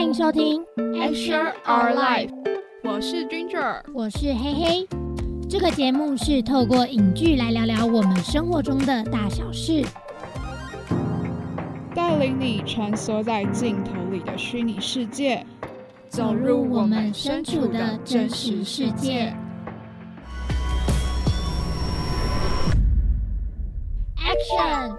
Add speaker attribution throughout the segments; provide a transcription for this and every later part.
Speaker 1: 迎收听
Speaker 2: Action Our Life，我是 Ginger，
Speaker 1: 我是嘿嘿。这个节目是透过影剧来聊聊我们生活中的大小事。
Speaker 2: 带领你穿梭在镜头里的虚拟世界，
Speaker 1: 走入我们身处的真实世界。Action。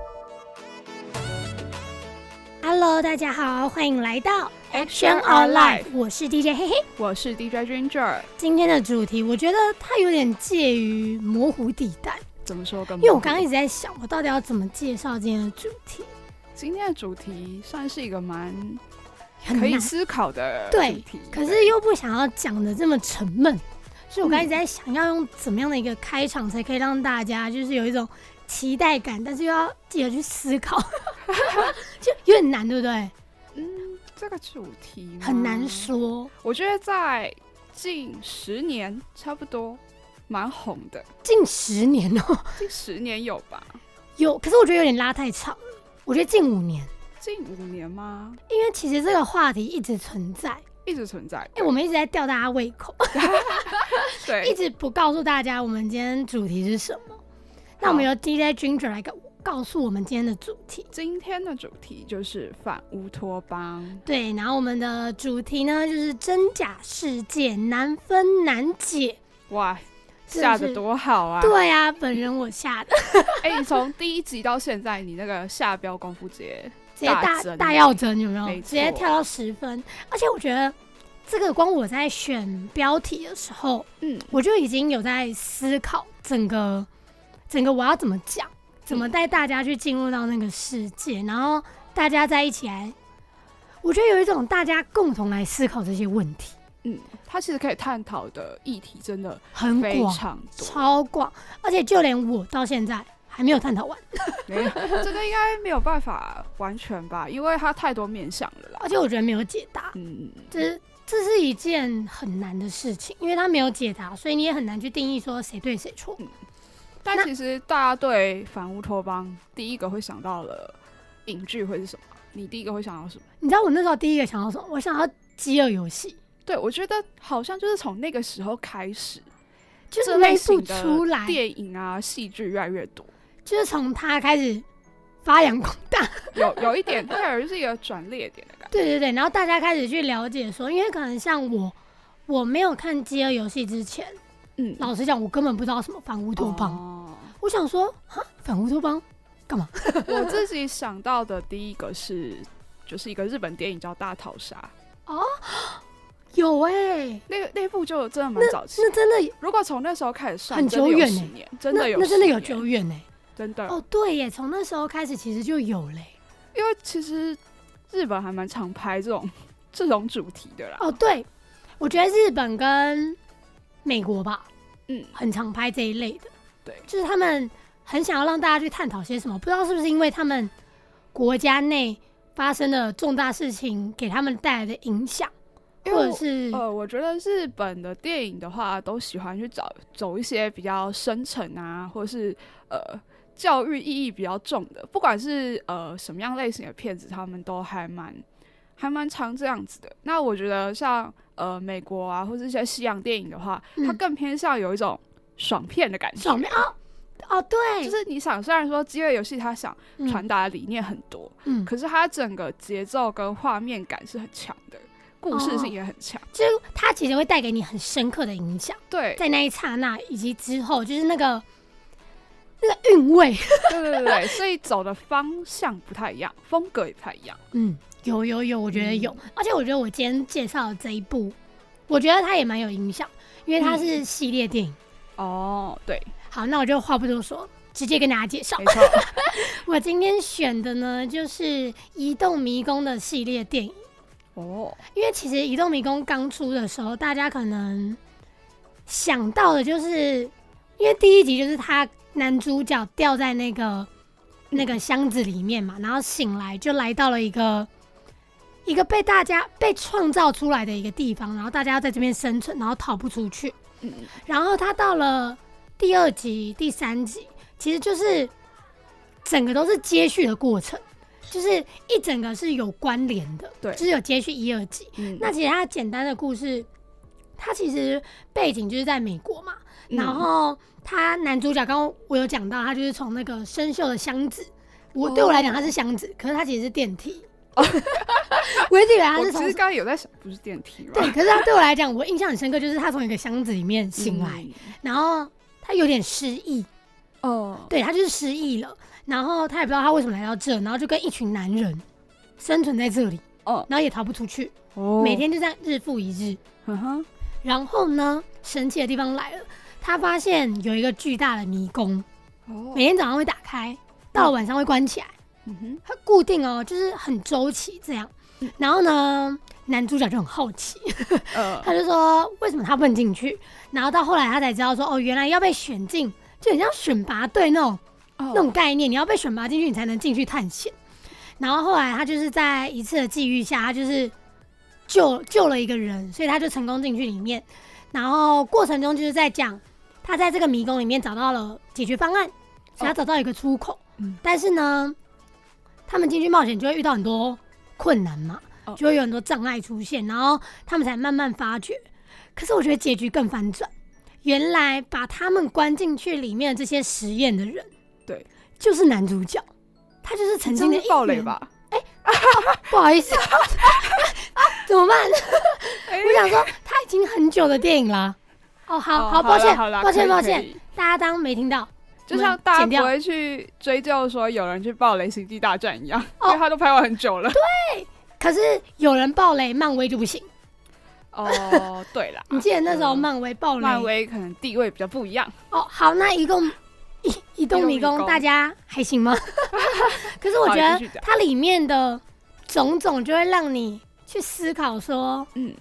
Speaker 1: Hello，大家好，欢迎来到
Speaker 2: Action Our Life
Speaker 1: 我是 DJ 嘿嘿。
Speaker 2: 我是 DJ Ginger，
Speaker 1: 今天的主题，我觉得它有点介于模糊地带，
Speaker 2: 怎么说跟？
Speaker 1: 因为我刚刚一直在想，我到底要怎么介绍今天的主题，
Speaker 2: 今天的主题算是一个蛮
Speaker 1: 很
Speaker 2: 可以
Speaker 1: 难。
Speaker 2: 思考的
Speaker 1: 嗯对
Speaker 2: 主题，
Speaker 1: 可是又不想要讲的这么沉闷，所以我刚才
Speaker 2: 嗯
Speaker 1: 一直在想要用怎么样的一个开场，才可以让大家就是有一种期待感，但是又要记得去思 考，就有点难，对不对？
Speaker 2: 嗯，这个主题吗
Speaker 1: 很难。说。
Speaker 2: 我觉得在近十年差不多蛮红的，
Speaker 1: 近十年哦、
Speaker 2: 近十年有吧？
Speaker 1: 有，可是我觉得有点拉太长了。我觉得近五年，
Speaker 2: 近五年吗？
Speaker 1: 因为其实这个话题一直存在，
Speaker 2: 一直存在
Speaker 1: 因为我们一直在吊大家胃口， 一
Speaker 2: 对，
Speaker 1: 直不告诉大家我们今天主题是什么。那我们
Speaker 2: 好
Speaker 1: 由 DJ Ginger 来告告诉我们今天的主题。
Speaker 2: 今天的主题就是反乌托邦。
Speaker 1: 对，然后我们的主题呢就是真假世界难分难解。
Speaker 2: 哇，
Speaker 1: 真的
Speaker 2: 下
Speaker 1: 是
Speaker 2: 的多好啊！
Speaker 1: 对啊，本人我 下的，
Speaker 2: 哎、你从第一集到现在，你那个下标功夫节，
Speaker 1: 直接大
Speaker 2: 大增
Speaker 1: 大要真有没有？
Speaker 2: 没
Speaker 1: 直接
Speaker 2: 错
Speaker 1: 跳到十分，而且我觉得这个光我在选标题的时候，
Speaker 2: 嗯，
Speaker 1: 我就已经有在思考整个整个我要怎么讲，怎么带大家去进入到那个世界，然后大家在一起来，我觉得有一种大家共同来思考这些问题，
Speaker 2: 嗯，它其实可以探讨的议题真的
Speaker 1: 很
Speaker 2: 非
Speaker 1: 广，
Speaker 2: 常多。
Speaker 1: 超广，而且就连我到现在还没有探讨完，
Speaker 2: 没有，这个应该没有办法完全吧，因为它太多面向了啦。
Speaker 1: 而且我觉得没有解答，
Speaker 2: 嗯，
Speaker 1: 这这是一件很难的事情，因为他没有解答，所以你也很难去定义说谁对谁错。
Speaker 2: 但
Speaker 1: 那
Speaker 2: 其实大家对反乌托邦第一个会想到的影剧会是什么？你第一个会想到什么？
Speaker 1: 你知道我那时候第一个想到什么？我想到《饥饿游戏
Speaker 2: 对，我觉得好像就是从那个时候开始，》，
Speaker 1: 就是
Speaker 2: 这
Speaker 1: 那
Speaker 2: 类
Speaker 1: 一部
Speaker 2: 型的
Speaker 1: 出来，
Speaker 2: 电影啊、戏剧越来越多。
Speaker 1: 就是从他开始发扬光大。
Speaker 2: 有有一点，它有就是一个转捩点的感觉。
Speaker 1: 对对对，然后大家开始去了解说，因为可能像我，我没有看《饥饿游戏》之前，
Speaker 2: 嗯，
Speaker 1: 老实讲，我根本不知道什么反乌托邦。
Speaker 2: 哦
Speaker 1: 我想说，哈，反乌托邦
Speaker 2: 我自己想到的第一个是，就是一个日本电影叫《大逃杀》，
Speaker 1: 有哎、
Speaker 2: 那个那部就真的蛮早期。
Speaker 1: 那真的
Speaker 2: 如果从那时候开始算，
Speaker 1: 很
Speaker 2: 真的
Speaker 1: 久
Speaker 2: 有
Speaker 1: 远
Speaker 2: 十
Speaker 1: 欸
Speaker 2: 年，真的有
Speaker 1: 那那真的有
Speaker 2: 10年
Speaker 1: 久远呢、
Speaker 2: 真的，
Speaker 1: 哦，对耶，从那时候开始其实就有嘞、
Speaker 2: 因为其实日本还蛮常拍这种这种主题的啦。
Speaker 1: 哦，对，我觉得日本跟美国吧，
Speaker 2: 嗯，
Speaker 1: 很常拍这一类的。
Speaker 2: 对
Speaker 1: 就是他们很想要让大家去探讨些什么，不知道是不是因为他们国家内发生的重大事情给他们带来的影响，
Speaker 2: 因
Speaker 1: 或
Speaker 2: 为
Speaker 1: 者是、
Speaker 2: 呃，我觉得日本的电影的话，都喜欢去找走一些比较深沉啊，或者是呃教育意义比较重的，不管是呃什么样类型的片子，他们都还蛮还蛮常这样子的。那我觉得像呃美国啊，或是一些西洋电影的话，它
Speaker 1: 嗯
Speaker 2: 更偏向有一种爽片的感觉。
Speaker 1: 爽面哦哦，对，
Speaker 2: 呃就是你想，虽然说《饥饿游戏》它想传达的理念很多，
Speaker 1: 嗯嗯，嗯
Speaker 2: 可是它整个节奏跟画面感是很强的，故事
Speaker 1: 哦
Speaker 2: 性也很强。
Speaker 1: 就是它其实会带给你很深刻的影响，
Speaker 2: 对，
Speaker 1: 在那一刹那以及之后，就是那个那个韵味，
Speaker 2: 对对对对，所以走的方向不太一样，风格也不太一样。
Speaker 1: 嗯，有有有，我觉得有，而且我觉得我今天介绍的这一部，我觉得它也蛮有影响，因为它是系列电影。
Speaker 2: 哦，对，
Speaker 1: 好，那我就话不多说，直接跟大家介绍
Speaker 2: 没。错，
Speaker 1: 我今天选的呢，就是《移动迷宫》的系列电影，
Speaker 2: 哦，
Speaker 1: 因为其实《移动迷宫》刚出的时候，大家可能想到的就是，因为第一集就是他男主角掉在那个那个箱子里面嘛，然后醒来就来到了一个一个被大家被创造出来的一个地方，然后大家要在这边生存，然后逃不出去。
Speaker 2: 嗯，
Speaker 1: 然后他到了第二集、第三集，其实就是整个都是接续的过程，就是一整个是有关联的，
Speaker 2: 对
Speaker 1: 就是有接续一二集。
Speaker 2: 嗯
Speaker 1: 那其实它简单的故事，它其实背景就是在美国嘛，
Speaker 2: 嗯
Speaker 1: 然后他男主角刚刚我有讲到，他就是从那个生锈的箱子，我、
Speaker 2: 哦
Speaker 1: 对我来讲他是箱子，可是他其实是电梯。我一直以为他
Speaker 2: 我
Speaker 1: 是
Speaker 2: 其
Speaker 1: 从
Speaker 2: 实刚刚有在想，不是电梯吧？
Speaker 1: 对，可是他对我来讲，我印象很深刻，就是他从一个箱子里面醒来，然后他有点失忆，
Speaker 2: 嗯，哦，
Speaker 1: 对他就是失忆了，然后他也不知道他为什么来到这，然后就跟一群男人生存在这里，
Speaker 2: 哦
Speaker 1: 然后也逃不出去，
Speaker 2: 哦
Speaker 1: 每，天就这样日复一日。
Speaker 2: 嗯哼，
Speaker 1: 然后呢，神奇的地方来了，他发现有一个巨大的迷宫，
Speaker 2: 哦，
Speaker 1: 每天早上会打开，到了晚上会关起来，
Speaker 2: 嗯哼，
Speaker 1: 它固定哦，就是很周期这样。然后呢，男主角就很好奇，
Speaker 2: 呃，
Speaker 1: 他就说为什么他不能进去？然后到后来他才知道说，哦，原来要被选进，就很像选拔队那种那种
Speaker 2: 哦，
Speaker 1: 概念，你要被选拔进去，你才能进去探险。然后后来他就是在一次的际遇下，他就是救救了一个人，所以他就成功进去里面。然后过程中就是在讲他在这个迷宫里面找到了解决方案，所以他找到一个出口。
Speaker 2: 嗯
Speaker 1: 但是呢，他们进去冒险就会遇到很多困难嘛，
Speaker 2: 哦
Speaker 1: 就会有很多障碍出现，然后他们才慢慢发觉。可是我觉得结局更反转，原来把他们关进去里面的这些实验的人，
Speaker 2: 对，
Speaker 1: 就是男主角，他就是曾经
Speaker 2: 这
Speaker 1: 的
Speaker 2: 样
Speaker 1: 一
Speaker 2: 是暴雷
Speaker 1: 员？
Speaker 2: 吧？
Speaker 1: 不好意思， 啊怎么办？
Speaker 2: 哎
Speaker 1: 我想说，他已经很久的电影啦。哦，好好，抱歉，抱歉，抱。歉
Speaker 2: 啦可以，可以
Speaker 1: 大家当没听到。
Speaker 2: 就像大家
Speaker 1: 剪掉
Speaker 2: 不会去追究说有人去爆《雷神地大战》一样，
Speaker 1: 哦
Speaker 2: 因为他都拍完很久了。
Speaker 1: 可是有人爆雷，漫威就不行。
Speaker 2: 哦，对啦，
Speaker 1: 你记得那时候
Speaker 2: 嗯
Speaker 1: 漫威爆雷？
Speaker 2: 漫威可能地位比较不一样。
Speaker 1: 哦，好，那一共一一栋迷
Speaker 2: 一栋迷
Speaker 1: 宫，
Speaker 2: 宫
Speaker 1: 大家还行 吗？ 可是我觉
Speaker 2: 好
Speaker 1: 得
Speaker 2: 继续讲
Speaker 1: 它里面的种种就会让你去思考说，
Speaker 2: 嗯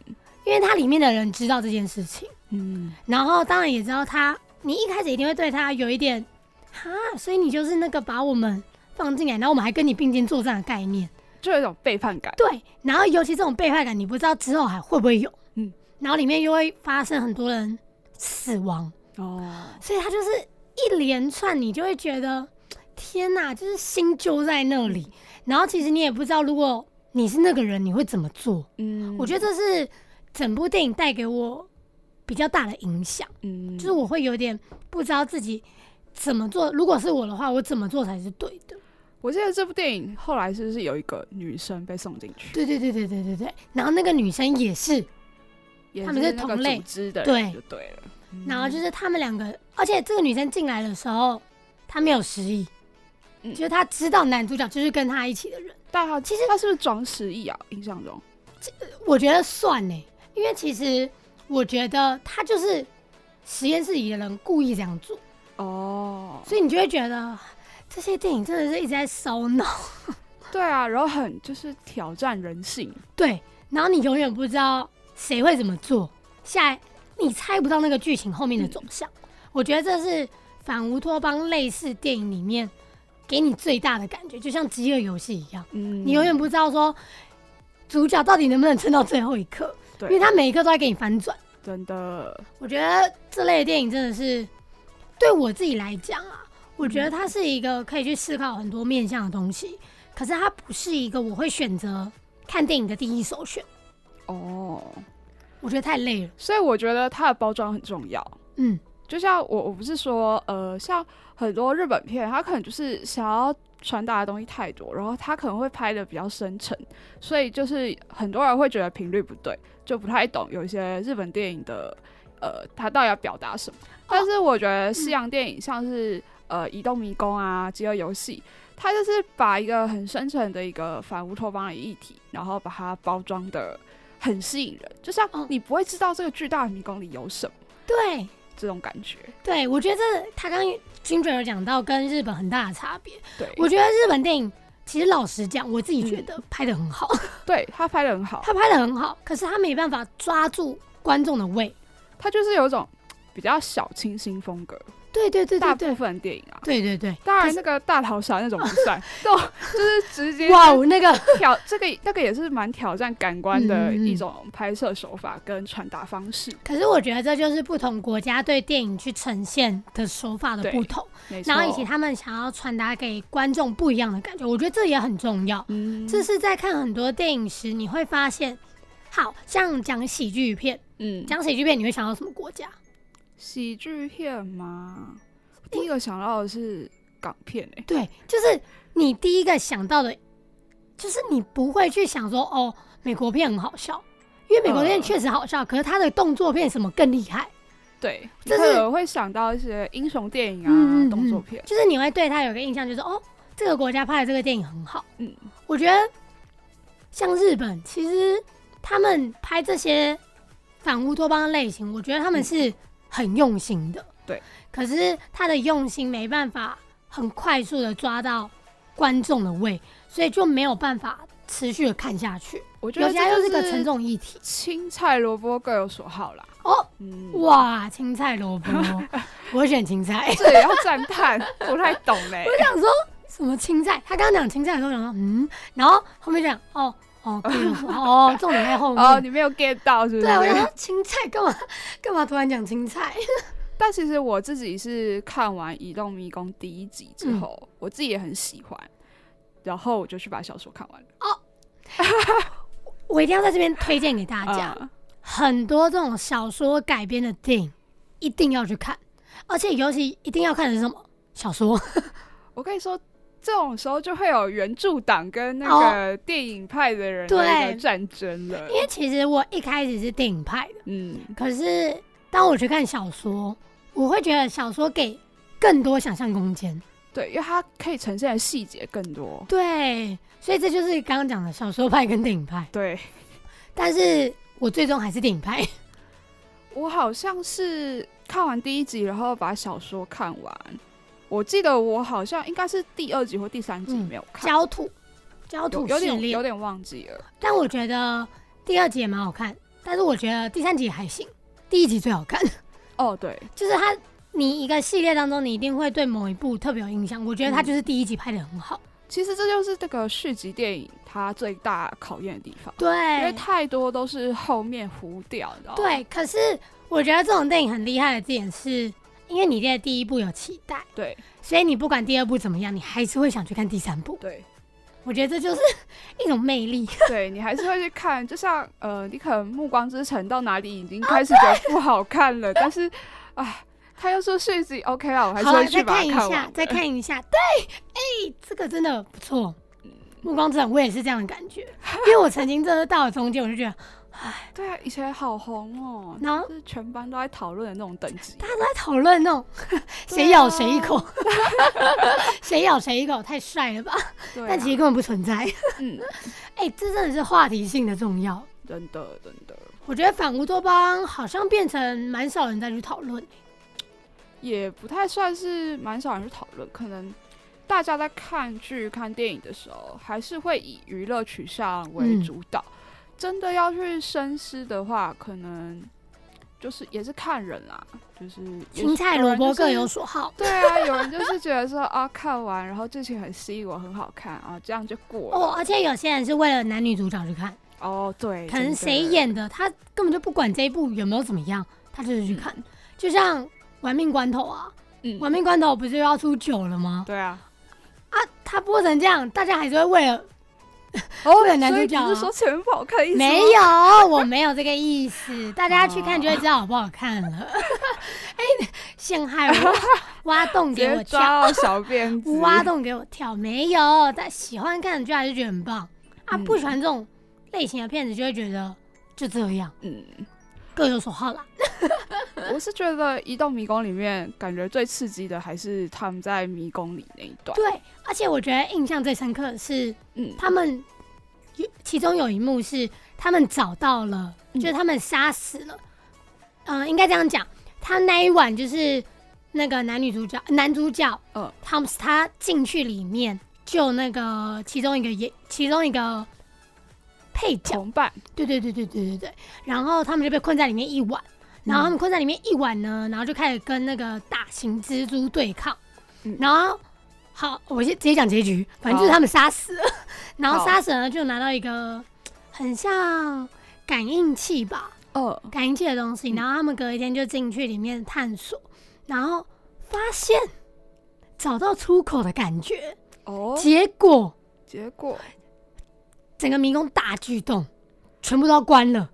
Speaker 1: 因为它里面的人知道这件事情，
Speaker 2: 嗯，
Speaker 1: 然后当然也知道他，你一开始一定会对他有一点哈，所以你就是那个把我们放进来，然后我们还跟你并肩作战的概念。
Speaker 2: 就有一种背叛感。
Speaker 1: 对，然后尤其这种背叛感，你不知道之后还会不会有，嗯
Speaker 2: 嗯，
Speaker 1: 然后里面又会发生很多人死亡，
Speaker 2: 哦，
Speaker 1: 所以他就是一连串，你就会觉得天哪，就是心揪在那里。然后其实你也不知道，如果你是那个人，你会怎么做。
Speaker 2: 嗯
Speaker 1: 我觉得这是整部电影带给我比较大的影响，
Speaker 2: 嗯，
Speaker 1: 就是我会有点不知道自己怎么做。如果是我的话，我怎么做才是对的？
Speaker 2: 我记得这部电影后来是不是有一个女生被送进去？
Speaker 1: 对对对对对对嗯对。然后那个女生也是，
Speaker 2: 也
Speaker 1: 他们是
Speaker 2: 那
Speaker 1: 同
Speaker 2: 个
Speaker 1: 类
Speaker 2: 组织的
Speaker 1: 对
Speaker 2: 人就对了。
Speaker 1: 然后就是他们两个，而且这个女生进来的时候，她没有失忆，
Speaker 2: 嗯
Speaker 1: 就是她知道男主角就是跟她一起的人。
Speaker 2: 但他
Speaker 1: 其实
Speaker 2: 他是不是装失忆啊？印象中，
Speaker 1: 我觉得算呢，因为其实我觉得他就是实验室里的人故意这样做，
Speaker 2: 哦，
Speaker 1: 所以你就会觉得这些电影真的是一直在烧脑。
Speaker 2: 对啊，然后很就是挑战人性。
Speaker 1: 对，然后你永远不知道谁会怎么做，下你猜不到那个剧情后面的走向。我觉得这是反乌托邦类似电影里面给你最大的感觉，就像《饥饿游戏》一样，
Speaker 2: 嗯，
Speaker 1: 你永远不知道说主角到底能不能撑到最后一刻，因为
Speaker 2: 对，
Speaker 1: 他每一刻都在给你翻转。
Speaker 2: 真的，
Speaker 1: 我觉得这类的电影真的是对我自己来讲啊，我觉得它是一个可以去思考很多面向的东西，可是它不是一个我会选择看电影的第一首选，
Speaker 2: 哦，
Speaker 1: 我觉得太累了。
Speaker 2: 所以我觉得它的包装很重要。
Speaker 1: 嗯，
Speaker 2: 就像我，我不是说，呃，像很多日本片，它可能就是想要传达的东西太多，然后它可能会拍的比较深沉，所以就是很多人会觉得频率不对，就不太懂有一些日本电影的，呃，它到底要表达什么。但是我觉得西洋电影像是呃《移动迷宫》啊，《饥饿游戏》，它就是把一个很深沉的一个反乌托邦的议题，然后把它包装的很吸引人，就像
Speaker 1: 嗯
Speaker 2: 你不会知道这个巨大的迷宫里有什么
Speaker 1: 对
Speaker 2: 这种感觉。
Speaker 1: 对，我觉得这他刚刚君准有讲到跟日本很大的差别，
Speaker 2: 对，
Speaker 1: 我觉得日本电影。其实老实讲，我自己觉得拍的很好，
Speaker 2: 对他拍的很好，
Speaker 1: 他拍的很好，可是他没办法抓住观众的胃。
Speaker 2: 他就是有一种比较小清新风格，
Speaker 1: 对对对
Speaker 2: 大
Speaker 1: 对对
Speaker 2: 部分电影啊。
Speaker 1: 对对对，
Speaker 2: 当
Speaker 1: 可
Speaker 2: 然，
Speaker 1: 是
Speaker 2: 那个大逃杀那 种不算，就就是直接
Speaker 1: 哇哦，那个
Speaker 2: 挑这个那个也是蛮挑战感官的
Speaker 1: 嗯嗯嗯
Speaker 2: 一种拍摄手法跟传达方式。
Speaker 1: 可是我觉得这就是不同国家对电影去呈现的手法的
Speaker 2: 对
Speaker 1: 不同，
Speaker 2: 没错，
Speaker 1: 然后以及他们想要传达给观众不一样的感觉，我觉得这也很重要。
Speaker 2: 嗯，
Speaker 1: 这是在看很多电影时，你会发现，好像讲喜剧片，
Speaker 2: 嗯
Speaker 1: 讲喜剧片你会想到什么国家？
Speaker 2: 喜剧片吗？我第一个想到的是港片欸诶、
Speaker 1: 对，就是你第一个想到的，就是你不会去想说哦，美国片很好笑，因为美国片
Speaker 2: 呃
Speaker 1: 确实好笑，可是它的动作片什么更厉害，
Speaker 2: 对，
Speaker 1: 这是
Speaker 2: 或者会想到一些英雄电影啊、
Speaker 1: 嗯嗯嗯
Speaker 2: 动作片。
Speaker 1: 就是你会对它有个印象，就是哦，这个国家拍的这个电影很好。
Speaker 2: 嗯，
Speaker 1: 我觉得像日本，其实他们拍这些反乌托邦类型，我觉得他们
Speaker 2: 嗯
Speaker 1: 是很用心的。
Speaker 2: 对，
Speaker 1: 可是他的用心没办法很快速的抓到观众的胃，所以就没有办法持续的看下去。
Speaker 2: 我觉
Speaker 1: 尤
Speaker 2: 得
Speaker 1: 其它又
Speaker 2: 这
Speaker 1: 是
Speaker 2: 就
Speaker 1: 个沉重议题
Speaker 2: 青菜萝卜各有所好啦。
Speaker 1: 哦。
Speaker 2: 嗯，
Speaker 1: 哇，青菜萝卜，我选青菜。
Speaker 2: 这也要赞叹， 不太懂欸 嘞、
Speaker 1: 我想说什么青菜？他刚刚讲青菜的时候，我想说嗯，然后后面就讲哦哦各 有所好哦，重点在后面。
Speaker 2: 哦，你没有 get 到是不是？
Speaker 1: 对，啊我想说青菜干嘛 干嘛突然讲青菜？
Speaker 2: 但其实我自己是看完《移动迷宫》第一集之后，
Speaker 1: 嗯
Speaker 2: 我自己也很喜欢，然后我就去把小说看完了。
Speaker 1: 我一定啊要在这边推荐给大家，
Speaker 2: 嗯
Speaker 1: 很多这种小说改编的电影一定要去看，而且尤其一定要看的是什么小 说？
Speaker 2: 我跟你说，这种时候就会有原著党跟那个电影派的人的一
Speaker 1: 哦对
Speaker 2: 个战争了。
Speaker 1: 因为其实我一开始是电影派的，
Speaker 2: 嗯，
Speaker 1: 可是当我去看小说，我会觉得小说给更多想象空间。
Speaker 2: 对，因为它可以呈现的细节更多。
Speaker 1: 对，所以这就是刚刚讲的小说派跟电影派。
Speaker 2: 对
Speaker 1: 但是我最终还是电影派。
Speaker 2: 我好像是看完第一集，然后把小说看完。我记得我好像应该是第二集或第三集
Speaker 1: 嗯
Speaker 2: 没有看，
Speaker 1: 焦土，焦
Speaker 2: 有
Speaker 1: 土
Speaker 2: 有
Speaker 1: 系
Speaker 2: 点有
Speaker 1: 列，
Speaker 2: 点忘记了。
Speaker 1: 但我觉得第二集也蛮好看，但是我觉得第三集也还行，第一集最好看。
Speaker 2: 哦，对，
Speaker 1: 就是它，你一个系列当中，你一定会对某一部特别有印象。我觉得它
Speaker 2: 嗯
Speaker 1: 就是第一集拍的很好，
Speaker 2: 其实这就是这个续集电影它最大考验的地方，因
Speaker 1: 对
Speaker 2: 为太多都是后面糊掉，你知道吗？
Speaker 1: 对。可是我觉得这种电影很厉害的点是，因为你对第一部有期待，
Speaker 2: 对
Speaker 1: 所以你不管第二部怎么样，你还是会想去看第三部。
Speaker 2: 对
Speaker 1: 我觉得这就是一种魅力。
Speaker 2: 对，你还是会去看，就像呃，你可能《暮光之城》到哪里已经开始觉得不好 看了，但是啊，他又说续集 OK 啊，我还是
Speaker 1: 好啊，
Speaker 2: 会去
Speaker 1: 再
Speaker 2: 把
Speaker 1: 看
Speaker 2: 它
Speaker 1: 一
Speaker 2: 看
Speaker 1: 下，
Speaker 2: 完。
Speaker 1: 再看一下。对，哎、这个真的不错。暮光之城，我也是这样的感 觉，因为我曾经真的到了中间，我就觉得，
Speaker 2: 对啊，以前好红哦，
Speaker 1: 然后
Speaker 2: 就是全班都在讨论的那种等级。啊
Speaker 1: 大家都在讨论那种谁咬谁一口， 谁咬谁一口，太帅了吧？
Speaker 2: 啊对啊，
Speaker 1: 但其实根本不存在。
Speaker 2: 嗯，
Speaker 1: 哎、这真的是话题性的重要。
Speaker 2: 真的真的
Speaker 1: 我觉得反乌托邦好像变成蛮少人再去讨论，
Speaker 2: 也不太算是蛮少人去讨论，可能大家在看剧、看电影的时候，还是会以娱乐取向为
Speaker 1: 嗯
Speaker 2: 主导。真的要去深思的话，可能就是也是看人啦，就是也
Speaker 1: 青
Speaker 2: 是
Speaker 1: 菜
Speaker 2: 有
Speaker 1: 萝
Speaker 2: 人
Speaker 1: 卜
Speaker 2: 就是
Speaker 1: 各有所好。
Speaker 2: 对啊，有人就是觉得说啊，看完然后剧情很吸引我，很好看啊，这样就过了。
Speaker 1: 哦，而且有些人是为了男女主角去看。
Speaker 2: 哦，对，
Speaker 1: 可
Speaker 2: 真
Speaker 1: 能
Speaker 2: 的
Speaker 1: 谁演的，他根本就不管这一部有没有怎么样，他就是去看。就像《玩命关头》啊，《玩
Speaker 2: 嗯，
Speaker 1: 命关头》不是又要出九了吗？
Speaker 2: 对啊。
Speaker 1: 啊，他播成这样，大家还是会为了
Speaker 2: 哦
Speaker 1: 为了男主
Speaker 2: 所以
Speaker 1: 角
Speaker 2: 你
Speaker 1: 啊
Speaker 2: 是说前面不好看的意思吗？
Speaker 1: 没有，我没有这个意 思，大家去看就会知道好不好看了。哎、陷害我，挖洞
Speaker 2: 直
Speaker 1: 给 我
Speaker 2: 接
Speaker 1: 跳，
Speaker 2: 抓到小辫 子，
Speaker 1: 挖洞给我跳，没有。但喜欢看的就还是觉得很棒啊，
Speaker 2: 嗯
Speaker 1: 不喜欢这种类型的片子就会觉得就这样，
Speaker 2: 嗯。
Speaker 1: 各有所好啦。
Speaker 2: 我是觉得《移动迷宫》里面感觉最刺激的还是他们在迷宫里那一段。
Speaker 1: 对，而且我觉得印象最深刻的是
Speaker 2: 嗯，
Speaker 1: 他们有其中有一幕是他们找到了，
Speaker 2: 嗯
Speaker 1: 就是他们杀死了，嗯、应该这样讲，他那一晚就是那个男女主角，男主角，
Speaker 2: 嗯
Speaker 1: 汤姆斯他进去里面救那个其中一个也其中一个配角，
Speaker 2: 同伴，
Speaker 1: 对对对对对对对，然后他们就被困在里面一晚，然后他们困在里面一晚呢，然后就开始跟那个大型蜘蛛对抗
Speaker 2: 嗯，
Speaker 1: 然后好，我先直接讲结局，反正就是
Speaker 2: 好
Speaker 1: 他们杀死了，然后
Speaker 2: 好
Speaker 1: 杀死了就拿到一个很像感应器吧，
Speaker 2: 呃，
Speaker 1: 感应器的东西，
Speaker 2: 嗯
Speaker 1: 然后他们隔一天就进去里面探索，然后发现找到出口的感觉，
Speaker 2: 哦，
Speaker 1: 结果
Speaker 2: 结果
Speaker 1: 整个迷宫大巨动，全部都要关了，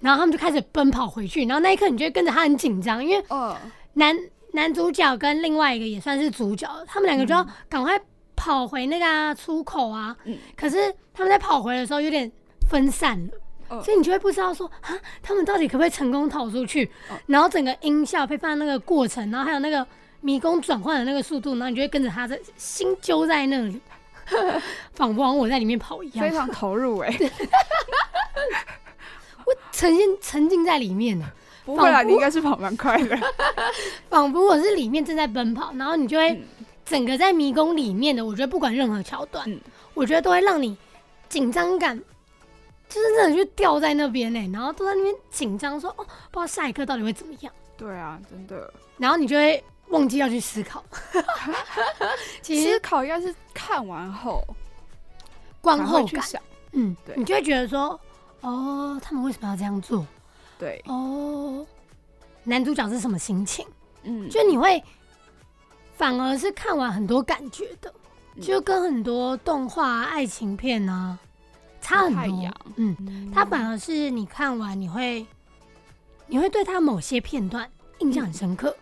Speaker 1: 然后他们就开始奔跑回去，然后那一刻你就会跟着他很紧张，因为
Speaker 2: 呃，
Speaker 1: 男男主角跟另外一个也算是主角，他们两个就要赶快跑回那个啊、出口啊，
Speaker 2: 嗯
Speaker 1: 可是他们在跑回的时候有点分散了。
Speaker 2: 嗯
Speaker 1: 所以你就会不知道说啊，他们到底可不可以成功逃出去？
Speaker 2: 嗯
Speaker 1: 然后整个音效配放那个过程，然后还有那个迷宫转换的那个速度，然后你就会跟着他在心揪在那里，仿佛我在里面跑一样
Speaker 2: 非，常投入哎、
Speaker 1: 沉浸沉浸在里面呢，
Speaker 2: 不会啦，
Speaker 1: 仿佛
Speaker 2: 你应该是跑蛮快的。
Speaker 1: 仿佛我是里面正在奔跑，然后你就会
Speaker 2: 嗯
Speaker 1: 整个在迷宫里面的，我觉得不管任何桥段，
Speaker 2: 嗯
Speaker 1: 我觉得都会让你紧张感，就是真的就掉在那边呢、欸然后都在那边紧张说哦，不知道下一刻到底会怎么样，
Speaker 2: 对啊，真的，
Speaker 1: 然后你就会忘记要去思 考。其
Speaker 2: 思
Speaker 1: 实
Speaker 2: 考应该是看完后
Speaker 1: 观
Speaker 2: 才
Speaker 1: 后
Speaker 2: 会去
Speaker 1: 感，
Speaker 2: 想。
Speaker 1: 嗯，
Speaker 2: 对
Speaker 1: 你就会觉得说哦，他们为什么要这样做？
Speaker 2: 对，
Speaker 1: 哦，男主角是什么心情？
Speaker 2: 嗯，
Speaker 1: 就你会反而是看完很多感觉的，
Speaker 2: 嗯
Speaker 1: 就跟很多动画啊、爱情片啊差很
Speaker 2: 不太一
Speaker 1: 多
Speaker 2: 样。
Speaker 1: 嗯，
Speaker 2: 嗯
Speaker 1: 它反而是你看完你会，你会对它某些片段印象很
Speaker 2: 嗯
Speaker 1: 深刻，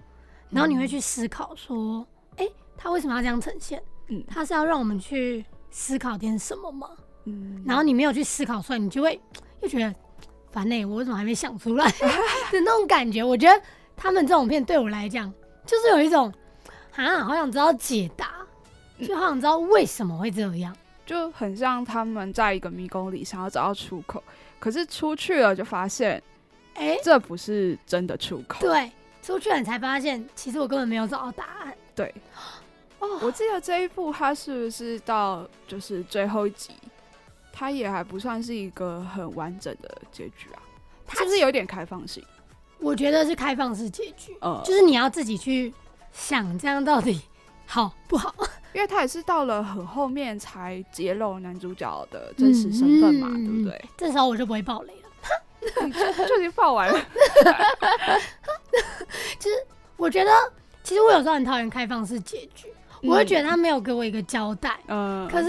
Speaker 1: 然后你会去思考说，哎、它为什么要这样呈现？
Speaker 2: 嗯
Speaker 1: 它是要让我们去思考点什么吗？
Speaker 2: 嗯
Speaker 1: 然后你没有去思考出来，你就会又觉得烦呢、我为什么还没想出来的那种感觉？我觉得他们这种片对我来讲，就是有一种啊，好想知道解答，就好想知道为什么会这样。
Speaker 2: 就很像他们在一个迷宫里想要找到出口，可是出去了就发现
Speaker 1: 哎、
Speaker 2: 这不是真的出口。
Speaker 1: 对，出去了你才发现，其实我根本没有找到答案。
Speaker 2: 对，
Speaker 1: 哦，
Speaker 2: 我记得这一部它是不是到就是最后一集，它也还不算是一个很完整的结局啊？
Speaker 1: 它
Speaker 2: 是不是有点开放性？
Speaker 1: 我觉得是开放式结局，
Speaker 2: 呃，
Speaker 1: 就是你要自己去想，这样到底好不好？
Speaker 2: 因为它也是到了很后面才揭露男主角的真实身份嘛，
Speaker 1: 嗯
Speaker 2: 对不对？
Speaker 1: 这时候我就不会爆雷了。
Speaker 2: 就已经放完了。
Speaker 1: 我觉得，其实我有时候很讨厌开放式结局。 我
Speaker 2: 嗯
Speaker 1: 会觉得他没有给我一个交代。
Speaker 2: 嗯，嗯，
Speaker 1: 可是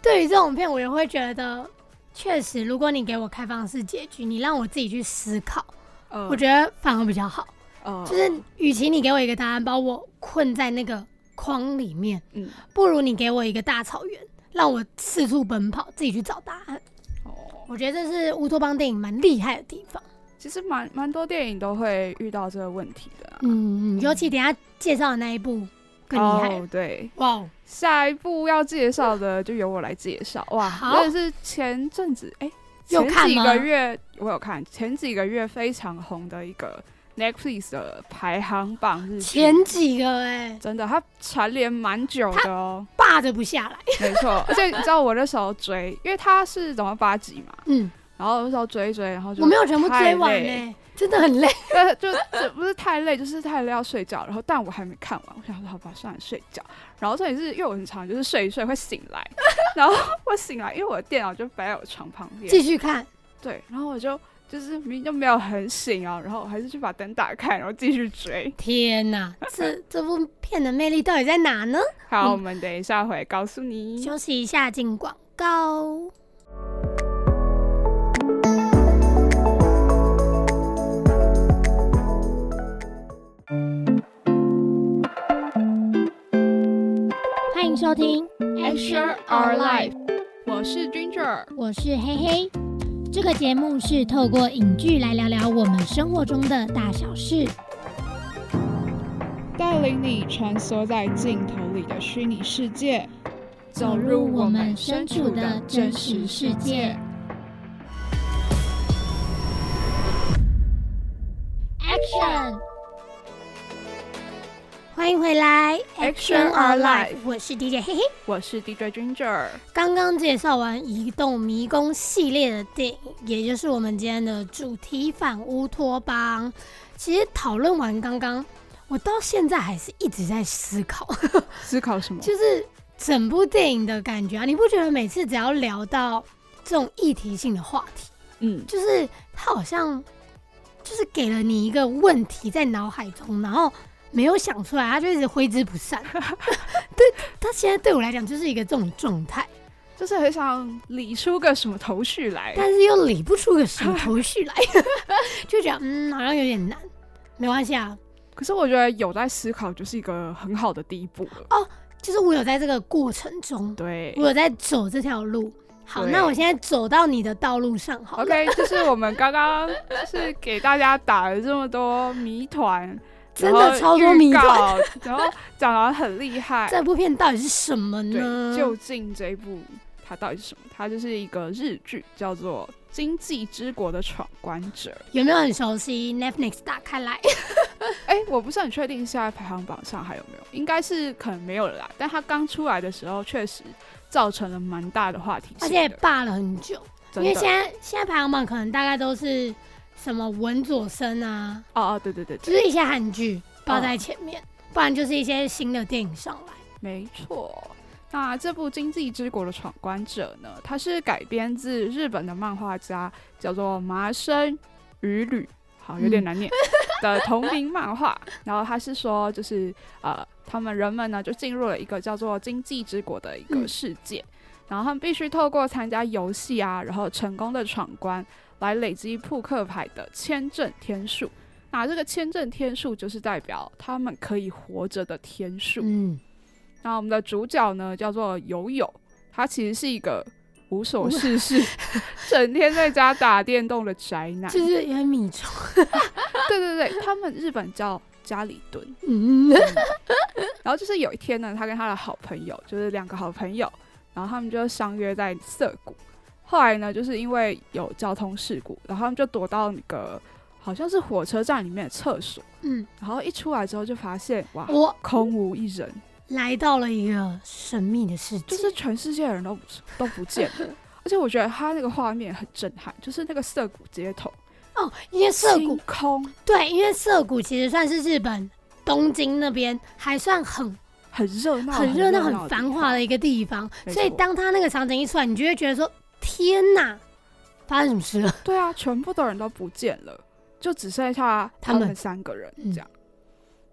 Speaker 1: 对于这种片，我也会觉得，确实，如果你给我开放式结局，你让我自己去思考，
Speaker 2: 呃
Speaker 1: 我觉得反而比较好。
Speaker 2: 呃
Speaker 1: 就是，与其你给我一个答案，把我困在那个框里面，
Speaker 2: 嗯，
Speaker 1: 不如你给我一个大草原，让我四处奔跑，自己去找答案。
Speaker 2: 哦，
Speaker 1: 我觉得这是乌托邦电影蛮厉害的地方。
Speaker 2: 其实蛮蛮多电影都会遇到这个问题的啊、
Speaker 1: 嗯，尤其等一下介绍的那一部更厉害。
Speaker 2: 哦，对，
Speaker 1: 哇哦，
Speaker 2: 下一部要介绍的就由我来介绍。哇，
Speaker 1: 好
Speaker 2: 真的是前阵子哎，
Speaker 1: 有
Speaker 2: 前
Speaker 1: 看
Speaker 2: 几
Speaker 1: 吗
Speaker 2: 个月我有看，前几个月非常红的一个 Netflix 的排行榜日剧
Speaker 1: 前几个哎、
Speaker 2: 真的，它蝉联蛮久的哦，
Speaker 1: 霸着不下来。
Speaker 2: 没错。而且你知道我那时候追，因为它是总共八集嘛，
Speaker 1: 嗯，
Speaker 2: 然后那时候追一追，然后就
Speaker 1: 我没有全部追完欸
Speaker 2: 太
Speaker 1: 呢、
Speaker 2: 累
Speaker 1: 真的 很累。
Speaker 2: 但是就这不是太累，就是太累要睡觉。然后，但我还没看完，我想说好吧，算了，睡觉。然后这里是因为我很常就是睡一睡会醒来，然后我醒来，因为我的电脑就摆在我床旁边，
Speaker 1: 继续看，
Speaker 2: 对，然后我就就是明明就没有很醒啊，然后我还是去把灯打开，然后继续追。
Speaker 1: 天哪，这这部片的魅力到底在哪呢？
Speaker 2: 好，
Speaker 1: 嗯
Speaker 2: 我们等一下回告诉你。
Speaker 1: 休息一下，进广告。欢迎收听
Speaker 2: Extra Our Life，我是 Ginger，
Speaker 3: 我是嘿嘿。这个节目是透过影剧来聊聊我们生活中的大小事。
Speaker 2: 带领你穿梭在镜头里的虚拟世界，
Speaker 3: 走入我们身处的真实世界。Action！
Speaker 1: 欢迎回来
Speaker 2: Action or Life
Speaker 1: 我是 DJ 嘿嘿。
Speaker 2: 我是 DJ Ginger，
Speaker 1: 刚刚介绍完《移动迷宫》系列的电影，也就是我们今天的主题《反乌托邦》。其实讨论完刚刚，我到现在还是一直在思考，
Speaker 2: 思考什么？
Speaker 1: 就是整部电影的感觉啊！你不觉得每次只要聊到这种议题性的话题，
Speaker 2: 嗯，
Speaker 1: 就是它好像就是给了你一个问题在脑海中，然后没有想出来，它就一直挥之不 散。对，它现在对我来讲就是一个这种状态。
Speaker 2: 就是很想理出个什么头绪来。
Speaker 1: 但是又理不出个什么头绪来， 就觉得嗯好像有点难。没关系啊，
Speaker 2: 可是我觉得有在思考就是一个很好的第一步了。
Speaker 1: 就是我有在这个过程中，
Speaker 2: 对
Speaker 1: 我有在走这条路。好，
Speaker 2: 对
Speaker 1: 那我现在走到你的道路上好了。
Speaker 2: ，OK，就是我们刚刚就是给大家打了这么多谜团，
Speaker 1: 真的超多谜团
Speaker 2: 然后预告，然后讲的很厉害。
Speaker 1: 这部片到底是什么呢？
Speaker 2: 对，究竟这一部它到底是什么？它就是一个日剧，叫做《经济之国的闯关者》。
Speaker 1: 有没有很熟悉？Netflix 打开来，
Speaker 2: 哎、我不是很确定现在排行榜上还有没有，应该是可能没有了啦。但它刚出来的时候，确实造成了蛮大的话题
Speaker 1: 而
Speaker 2: 性
Speaker 1: 且也
Speaker 2: 的，
Speaker 1: 霸了很久，因
Speaker 2: 真
Speaker 1: 为
Speaker 2: 的
Speaker 1: 现在现在排行榜可能大概都是什么文佐生啊，
Speaker 2: 哦哦，对对对
Speaker 1: 就
Speaker 2: 对，嗯
Speaker 1: 是一些韩剧霸在前面，不然就是一些新的电影上来。
Speaker 2: 没错。那这部《经济之国的闯关者》呢，它是改编自日本的漫画家叫做麻生羽吕，好有点
Speaker 1: 嗯
Speaker 2: 难念、的同名漫画。然后他是说，就是呃，他们人们呢就进入了一个叫做经济之国的一个
Speaker 1: 嗯
Speaker 2: 世界，然后他们必须透过参加游戏啊，然后成功的闯关，来累积扑克牌的签证天数。那这个签证天数就是代表他们可以活着的天数。
Speaker 1: 嗯，
Speaker 2: 那我们的主角呢，叫做友友，他其实是一个无所事事、 整天在家打电动的宅男。
Speaker 1: 就是有点米虫。
Speaker 2: 对对对，他们日本叫家里蹲。
Speaker 1: 嗯，
Speaker 2: 然后就是有一天呢，他跟他的好朋友，就是两个好朋友，然后他们就相约在涩谷。后来呢，就是因为有交通事故，然后他们就躲到那个好像是火车站里面的厕所，
Speaker 1: 嗯，
Speaker 2: 然后一出来之后就发现哇，
Speaker 1: 我
Speaker 2: 空无一人。
Speaker 1: 来到了一个神秘的世界，
Speaker 2: 就是全世界的人都不都不见了。 而且我觉得他那个画面很震撼，就是那个涩谷街头，
Speaker 1: 哦，因为涩
Speaker 2: 清
Speaker 1: 谷
Speaker 2: 空
Speaker 1: 对，因为涩谷其实算是日本东京那边还算很
Speaker 2: 很热闹，
Speaker 1: 很热
Speaker 2: 热
Speaker 1: 闹、
Speaker 2: 闹、
Speaker 1: 很繁华的
Speaker 2: 的地
Speaker 1: 一个地方，
Speaker 2: 没
Speaker 1: 所以
Speaker 2: 错
Speaker 1: 当他那个场景一出来，你就会觉得说：天哪，发生什么事了？
Speaker 2: 方。对啊，全部的人都不见了，就只剩下
Speaker 1: 他
Speaker 2: 他
Speaker 1: 们
Speaker 2: 们三个人
Speaker 1: 嗯
Speaker 2: 这样。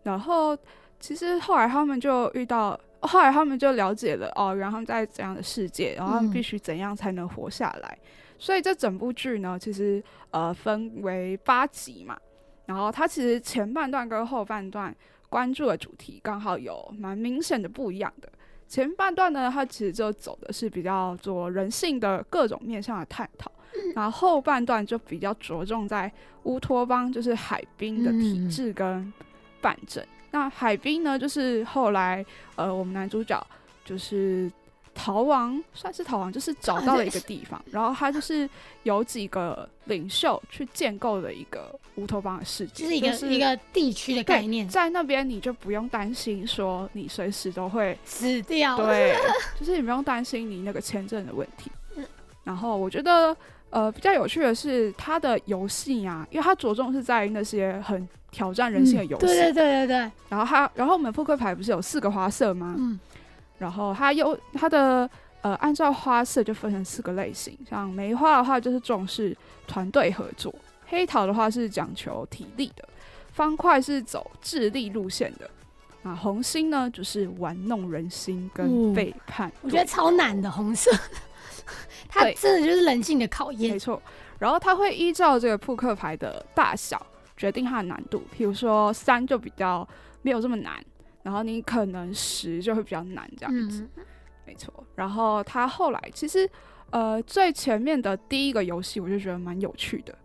Speaker 2: 然后其实后来他们就遇到，后来他们就了解了哦，然后他们在怎样的世界，然后他
Speaker 1: 嗯
Speaker 2: 们必须怎样才能活下来。所以这整部剧呢，其实呃分为八集嘛，然后它其实前半段跟后半段关注的主题刚好有蛮明显的不一样的。前半段呢，它其实就走的是比较做人性的各种面向的探讨，
Speaker 1: 嗯
Speaker 2: 然后后半段就比较着重在乌托邦，就是海滨的体
Speaker 1: 嗯
Speaker 2: 制跟办证。那海滨呢，就是后来呃，我们男主角就是逃亡，算是逃亡，就是找到了
Speaker 1: 哦
Speaker 2: 一个地方，然后他就是有几个领袖去建构了一个乌托邦的世界，
Speaker 1: 就是一个、一个地区的概念
Speaker 2: 对，在那边你就不用担心说你随时都会
Speaker 1: 死掉了。
Speaker 2: 对， 就是你不用担心你那个签证的问题
Speaker 1: 嗯。
Speaker 2: 然后我觉得呃比较有趣的是它的游戏啊，因为它着重是在于那些很挑战人性的游戏。
Speaker 1: 嗯对对对对对，
Speaker 2: 然后它，然后我们扑克牌不是有四个花色吗？
Speaker 1: 嗯，
Speaker 2: 然后它有它的呃，按照花色就分成四个类型，像梅花的话就是重视团队合作，黑桃的话是讲求体力的，方块是走智力路线的，啊，红心呢就是玩弄人心跟
Speaker 1: 嗯
Speaker 2: 背叛。
Speaker 1: 我觉得超难的红色， 它
Speaker 2: 对
Speaker 1: 真的就是人性的考
Speaker 2: 没
Speaker 1: 验。
Speaker 2: 错。然后它会依照这个扑克牌的大小决定它的难度，譬如说三就比较没有这么难，然后你可能十就会比较难这样子。
Speaker 1: 嗯，
Speaker 2: 没错。然后他后来其实，呃，最前面的第一个游戏我就觉得蛮有趣的。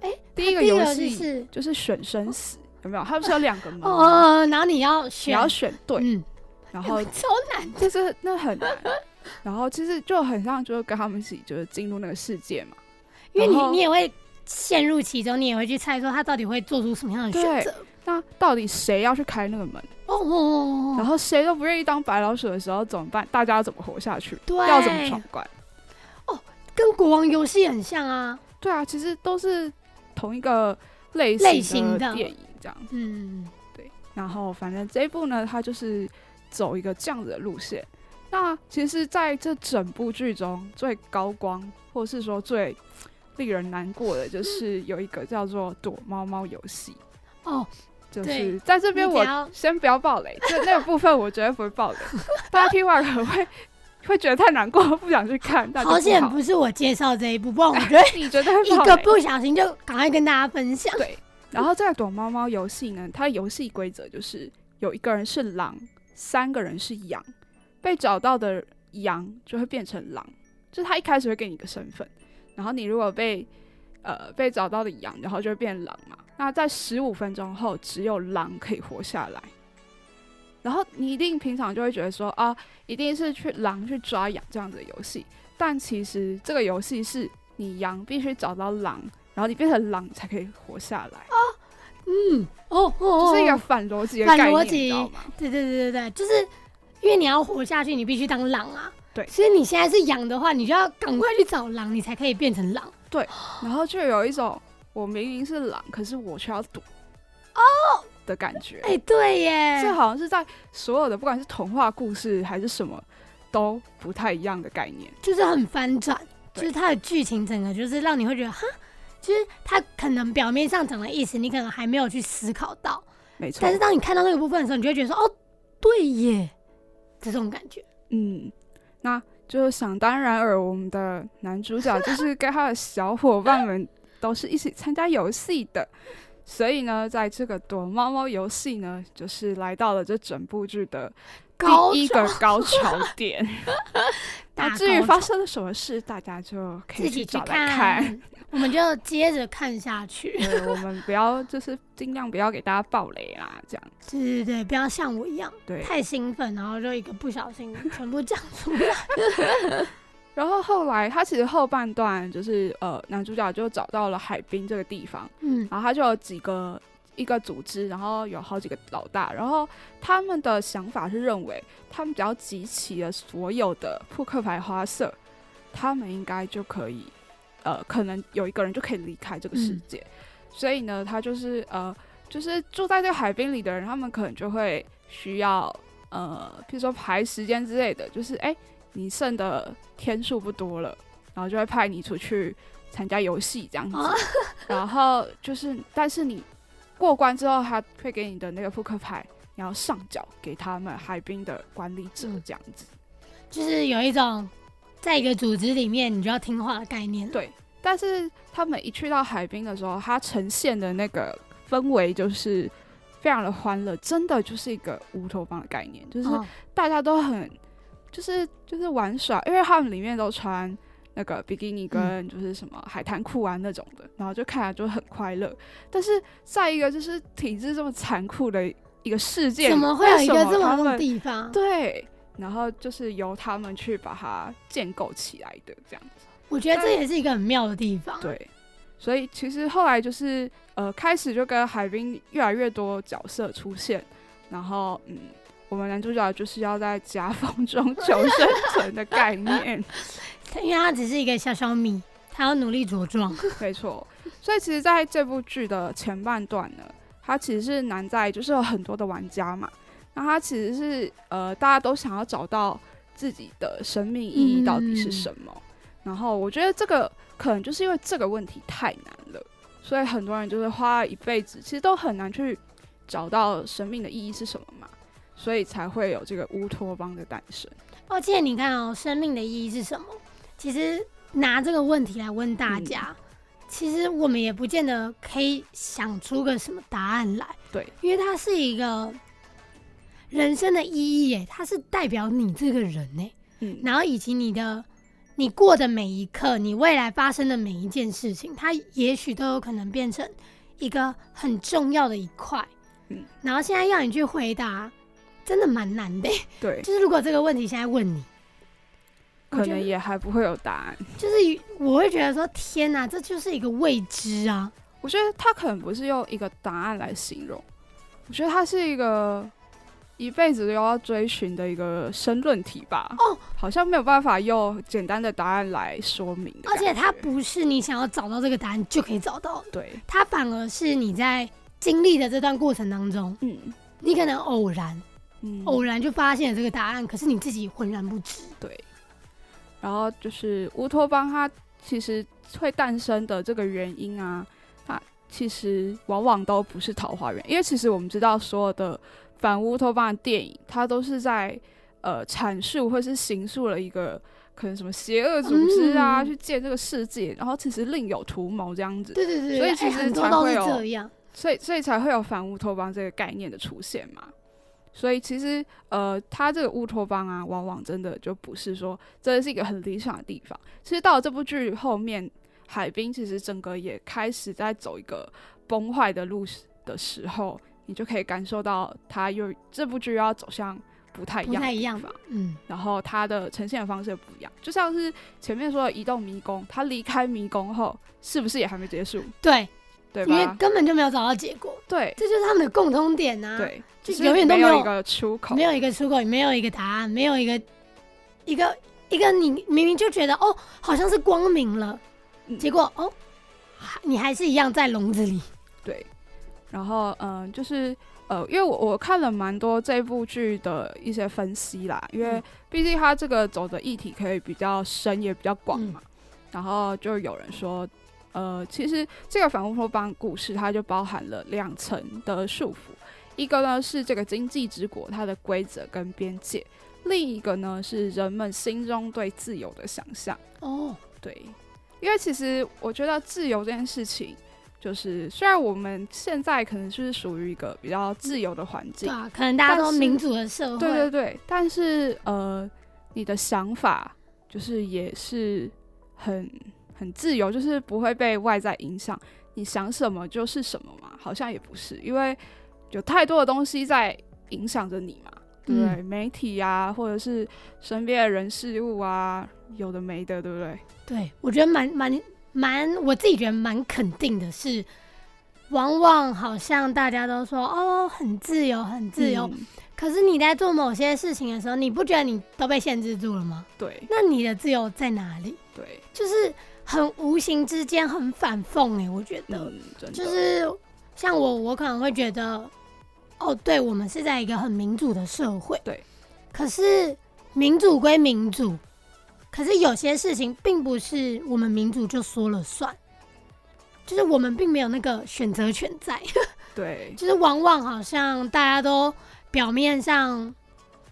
Speaker 1: 哎
Speaker 2: 第一个
Speaker 1: 第一
Speaker 2: 游
Speaker 1: 个就
Speaker 2: 戏嗯
Speaker 1: 是
Speaker 2: 就是选生死，有没有？它不是 有两个门
Speaker 1: 哦
Speaker 2: 吗？
Speaker 1: 哦，哦然后你要
Speaker 2: 你
Speaker 1: 选，
Speaker 2: 要选对，
Speaker 1: 嗯，
Speaker 2: 然后
Speaker 1: 超难的。
Speaker 2: 就是那很难。然后其实就很像，就是跟他们一起就是进入那个世界嘛。
Speaker 1: 因为你
Speaker 2: 然后
Speaker 1: 你也会陷入其中，你也会去猜说他到底会做出什么样的选择。
Speaker 2: 那到底谁要去开那个门？
Speaker 1: 哦，哦哦
Speaker 2: 然
Speaker 1: 哦，
Speaker 2: 后谁都不愿意当白老鼠的时候怎么办？大家要怎么活下去？
Speaker 1: 对，
Speaker 2: 要怎么闯关？
Speaker 1: 跟国王游戏很像啊。
Speaker 2: 对啊，其实都是同一个类
Speaker 1: 类
Speaker 2: 型
Speaker 1: 型的
Speaker 2: 电影这样。
Speaker 1: 嗯，
Speaker 2: 然后反正这一部呢，它就是走一个这样子的路线。那其实，在这整部剧中最高光，或是说最令人难过的，就是
Speaker 1: 嗯
Speaker 2: 有一个叫做躲猫猫游戏。
Speaker 1: 哦，
Speaker 2: 就是
Speaker 1: 对
Speaker 2: 在这边
Speaker 1: 你只
Speaker 2: 我
Speaker 1: 要
Speaker 2: 先不要爆雷，这那个部分我绝对不会爆雷。大家听完可能会会觉得太难过，不想去看。那就
Speaker 1: 好险
Speaker 2: 不
Speaker 1: 不是我介绍这一部，不然我 觉得
Speaker 2: 你觉得会
Speaker 1: 一
Speaker 2: 爆
Speaker 1: 个
Speaker 2: 雷
Speaker 1: 不小心就赶快跟大家分享。
Speaker 2: 对，然后这个躲猫猫游戏呢，它的游戏规则就是有一个人是狼，三个人是羊，被找到的羊就会变成狼，就是他一开始会给你一个身份，然后你如果被呃被找到的羊，然后就会变狼嘛。那在十五分钟后，只有狼可以活下来。然后你一定平常就会觉得说啊，一定是去狼去抓羊这样子的游戏，但其实这个游戏是你羊必须找到狼，然后你变成狼才可以活下来，
Speaker 1: 嗯，哦哦哦，
Speaker 2: 就是一个反逻辑的
Speaker 1: 反
Speaker 2: 概
Speaker 1: 逻
Speaker 2: 念，
Speaker 1: 辑哦
Speaker 2: 你知道吗？
Speaker 1: 对对对对对，就是因为你要活下去，你必须当狼啊。
Speaker 2: 对
Speaker 1: 所以你现在是羊的话，你就要赶快去找狼，你才可以变成狼。
Speaker 2: 然后就有一种我明明是狼，可是我却要躲哦的感觉。
Speaker 1: 哎、对耶，
Speaker 2: 这好像是在所有的不管是童话故事还是什么都不太一样的概念。
Speaker 1: 就是很翻转，就
Speaker 2: 对
Speaker 1: 是它的剧情整个就是让你会觉得哈，就是它可能表面上讲的意思，你可能还没有去思考到，
Speaker 2: 没错
Speaker 1: 但是，当你看到那个部分的时候，你就会觉得说哦，对耶，这种感觉。
Speaker 2: 嗯，那就想当然尔，我们的男主角就是 跟他的小伙伴们都是一起参加游戏的，所以呢，在这个躲猫猫游戏呢，就是来到了这整部剧的第
Speaker 1: 高
Speaker 2: 一个高潮 点。
Speaker 1: 大
Speaker 2: 那至于
Speaker 1: 高
Speaker 2: 发
Speaker 1: 潮
Speaker 2: 生了什么事，大家就可以
Speaker 1: 自己去
Speaker 2: 找来看。
Speaker 1: 看， 我们就接着看下去。
Speaker 2: 对，我们不要就是尽量不要给大家爆雷啦，这样
Speaker 1: 对对对，不要像我一样。
Speaker 2: 对。
Speaker 1: 太兴奋，然后就一个不小心 全部讲出 来。
Speaker 2: 然后后来他其实后半段就是呃，男主角就找到了海滨这个地方，
Speaker 1: 嗯，
Speaker 2: 然后他就有几个一个组织，然后有好几个老大，然后他们的想法是认为，他们只要集齐了所有的扑克牌花色，他们应该就可以，呃，可能有一个人就可以离开这个世
Speaker 1: 嗯
Speaker 2: 界。所以呢，他就是呃，就是住在这个海滨里的人，他们可能就会需要呃，譬如说排时间之类的，就是哎、你剩的天数不多了，然后就会派你出去参加游戏这样子。
Speaker 1: 啊
Speaker 2: 然后就是，但是你过关之后，他会给你的那个扑克牌，你要上缴给他们海滨的管理者
Speaker 1: 嗯
Speaker 2: 这样子。
Speaker 1: 就是有一种在一个组织里面你就要听话的概念。
Speaker 2: 对但是他们一去到海滨的时候，它呈现的那个氛围就是非常的欢乐，真的就是一个乌托邦的概念，就是
Speaker 1: 哦
Speaker 2: 大家都很就是就是玩耍，因为他们里面都穿那个比基尼
Speaker 1: 嗯
Speaker 2: 跟就是什么海滩裤啊那种的，然后就看起来就很快乐。但是再一个就是体制这么残酷的一个世界里，
Speaker 1: 怎么会有一
Speaker 2: 为
Speaker 1: 个
Speaker 2: 什
Speaker 1: 这么
Speaker 2: 他
Speaker 1: 那种
Speaker 2: 们
Speaker 1: 地方？
Speaker 2: 对？然后就是由他们去把它建构起来的这样子，
Speaker 1: 我觉得这也是一个很妙的地方。
Speaker 2: 对。所以其实后来就是呃，开始就跟海滨越来越多角色出现，然后嗯，我们男主角就是要在夹缝中 求生存的概念，
Speaker 1: 因为它只是一个小小米，它要努力茁壮。
Speaker 2: 没错。所以其实在这部剧的前半段呢，它其实是难在就是有很多的玩家嘛，那它其实是呃大家都想要找到自己的生命意义到底是什
Speaker 1: 嗯
Speaker 2: 么。然后我觉得这个可能就是因为这个问题太难了，所以很多人就是花了一辈子，其实都很难去找到生命的意义是什么嘛，所以才会有这个乌托邦的诞生。
Speaker 1: 而且你看哦，生命的意义是什么？其实拿这个问题来问大家，
Speaker 2: 嗯
Speaker 1: 其实我们也不见得可以想出个什么答案来。
Speaker 2: 对，
Speaker 1: 因为它是一个人生的意义耶，它是代表你这个人呢，
Speaker 2: 嗯，
Speaker 1: 然后以及你的你过的每一刻，你未来发生的每一件事情，它也许都有可能变成一个很重要的一块。
Speaker 2: 嗯
Speaker 1: 然后现在要你去回答，真的蛮难的耶。
Speaker 2: 对，
Speaker 1: 就是如果这个问题现在问你，我
Speaker 2: 可
Speaker 1: 觉
Speaker 2: 能
Speaker 1: 得
Speaker 2: 也还不会有答案。
Speaker 1: 就是我会觉得说，天哪，这就是一个未知啊！
Speaker 2: 我觉得他可能不是用一个答案来形容，我觉得他是一个一辈子都要追寻的一个申论题吧。
Speaker 1: 哦，
Speaker 2: 好像没有办法用简单的答案来说明的
Speaker 1: 而
Speaker 2: 感觉。
Speaker 1: 且它不是你想要找到这个答案就可以找到的，
Speaker 2: 对，
Speaker 1: 它反而是你在经历的这段过程当中，
Speaker 2: 嗯
Speaker 1: 你可能偶然
Speaker 2: 嗯
Speaker 1: 偶然就发现了这个答案，可是你自己浑然不知。
Speaker 2: 然后就是乌托邦，它其实会诞生的这个原因啊，它其实往往都不是桃花源，因为其实我们知道所有的反乌托邦的电影，它都是在呃阐述或是形塑了一个可能什么邪恶组织啊，
Speaker 1: 嗯
Speaker 2: 去建这个世界，然后其实另有图谋这样子，
Speaker 1: 对对对，
Speaker 2: 所以
Speaker 1: 哎
Speaker 2: 其实
Speaker 1: 很多
Speaker 2: 才
Speaker 1: 都
Speaker 2: 会
Speaker 1: 是
Speaker 2: 有
Speaker 1: 这样。
Speaker 2: 所以所以才会有反乌托邦这个概念的出现嘛。所以其实呃，它这个乌托邦啊，往往真的就不是说真的是一个很理想的地方。其实到了这部剧后面，海滨其实整个也开始在走一个崩坏的路时的时候，你就可以感受到它又这部剧又要走向不太一
Speaker 1: 不
Speaker 2: 样的
Speaker 1: 太一
Speaker 2: 地
Speaker 1: 样
Speaker 2: 方。
Speaker 1: 嗯，
Speaker 2: 然后它的呈现的方式也不一样，就像是前面说的移动迷宫，它离开迷宫后是不是也还没结束，
Speaker 1: 对，
Speaker 2: 对
Speaker 1: 因为
Speaker 2: 吧？
Speaker 1: 根本就没有找到结果，
Speaker 2: 对，
Speaker 1: 这就是他们的共通点啊。，
Speaker 2: 对，
Speaker 1: 就
Speaker 2: 只是
Speaker 1: 永远都
Speaker 2: 没
Speaker 1: 没
Speaker 2: 有
Speaker 1: 有
Speaker 2: 一个出口，
Speaker 1: 没有一个出口，也没有一个答案，没有一个一个一个你明明就觉得哦，好像是光明了，
Speaker 2: 嗯
Speaker 1: 结果哦，还你还是一样在笼子里。
Speaker 2: 对。然后嗯、呃就是呃，因为我我看了蛮多这部剧的一些分析啦，因为
Speaker 1: 嗯
Speaker 2: 毕竟它这个走的议题可以比较深，也比较广嘛。然后就有人说，呃，其实这个反乌托邦故事它就包含了两层的束缚，一个呢是这个经济之国它的规则跟边界，另一个呢是人们心中对自由的想象。
Speaker 1: 哦，
Speaker 2: 对，因为其实我觉得自由这件事情，就是虽然我们现在可能就是属于一个比较自由的环
Speaker 1: 对
Speaker 2: 境，
Speaker 1: 啊，可能大家
Speaker 2: 但
Speaker 1: 都
Speaker 2: 是
Speaker 1: 民主的社会，
Speaker 2: 对对对，但是呃，你的想法就是也是很很自由，就是不会被外在影响，你想什么就是什么嘛，好像也不是，因为有太多的东西在影响着你嘛。对不
Speaker 1: 嗯
Speaker 2: 对，媒体啊，或者是身边的人事物啊，有的没的，对不对？
Speaker 1: 对，我觉得蛮蛮蛮，我自己觉得蛮肯定的是，往往好像大家都说哦，很自由，很自由。
Speaker 2: 嗯
Speaker 1: 可是你在做某些事情的时候，你不觉得你都被限制住了吗？
Speaker 2: 对
Speaker 1: 那你的自由在哪里？
Speaker 2: 对，
Speaker 1: 就是很无形之间很反讽哎、我觉得、
Speaker 2: 嗯，真的
Speaker 1: 就是像我，我可能会觉得，哦，对我们是在一个很民主的社会，
Speaker 2: 对。
Speaker 1: 可是民主归民主，可是有些事情并不是我们民主就说了算，就是我们并没有那个选择权在。
Speaker 2: 对，
Speaker 1: 就是往往好像大家都表面上，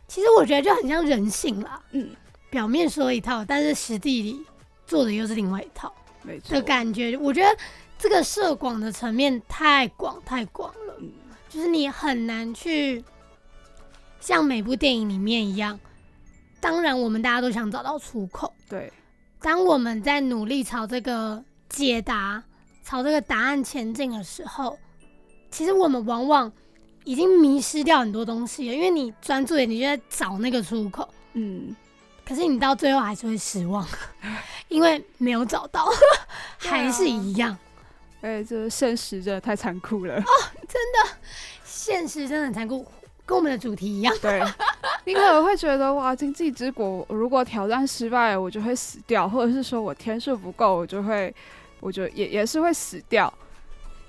Speaker 1: 其实我觉得就很像人性啦，
Speaker 2: 嗯，
Speaker 1: 表面说一套，但是实地里做的又是另外一套
Speaker 2: 没错
Speaker 1: 的，感觉。我觉得这个涉广的层面太广太广了，
Speaker 2: 嗯
Speaker 1: 就是你很难去像每部电影里面一样。当然，我们大家都想找到出口。
Speaker 2: 对，
Speaker 1: 当我们在努力朝这个解答、朝这个答案前进的时候，其实我们往往已经迷失掉很多东西了，因为你专注点，你就在找那个出口，
Speaker 2: 嗯，
Speaker 1: 可是你到最后还是会失望， 因为没有找到，
Speaker 2: 对啊
Speaker 1: 还是一样。
Speaker 2: 哎，这个现实真的太残 酷了，
Speaker 1: 现实真的很残酷，跟我们的主题一样。
Speaker 2: 对，你可能会觉得哇，经济之国如果挑战失败了，我就会死掉，或者是说我天数不够，我就会，我就也也是会死掉。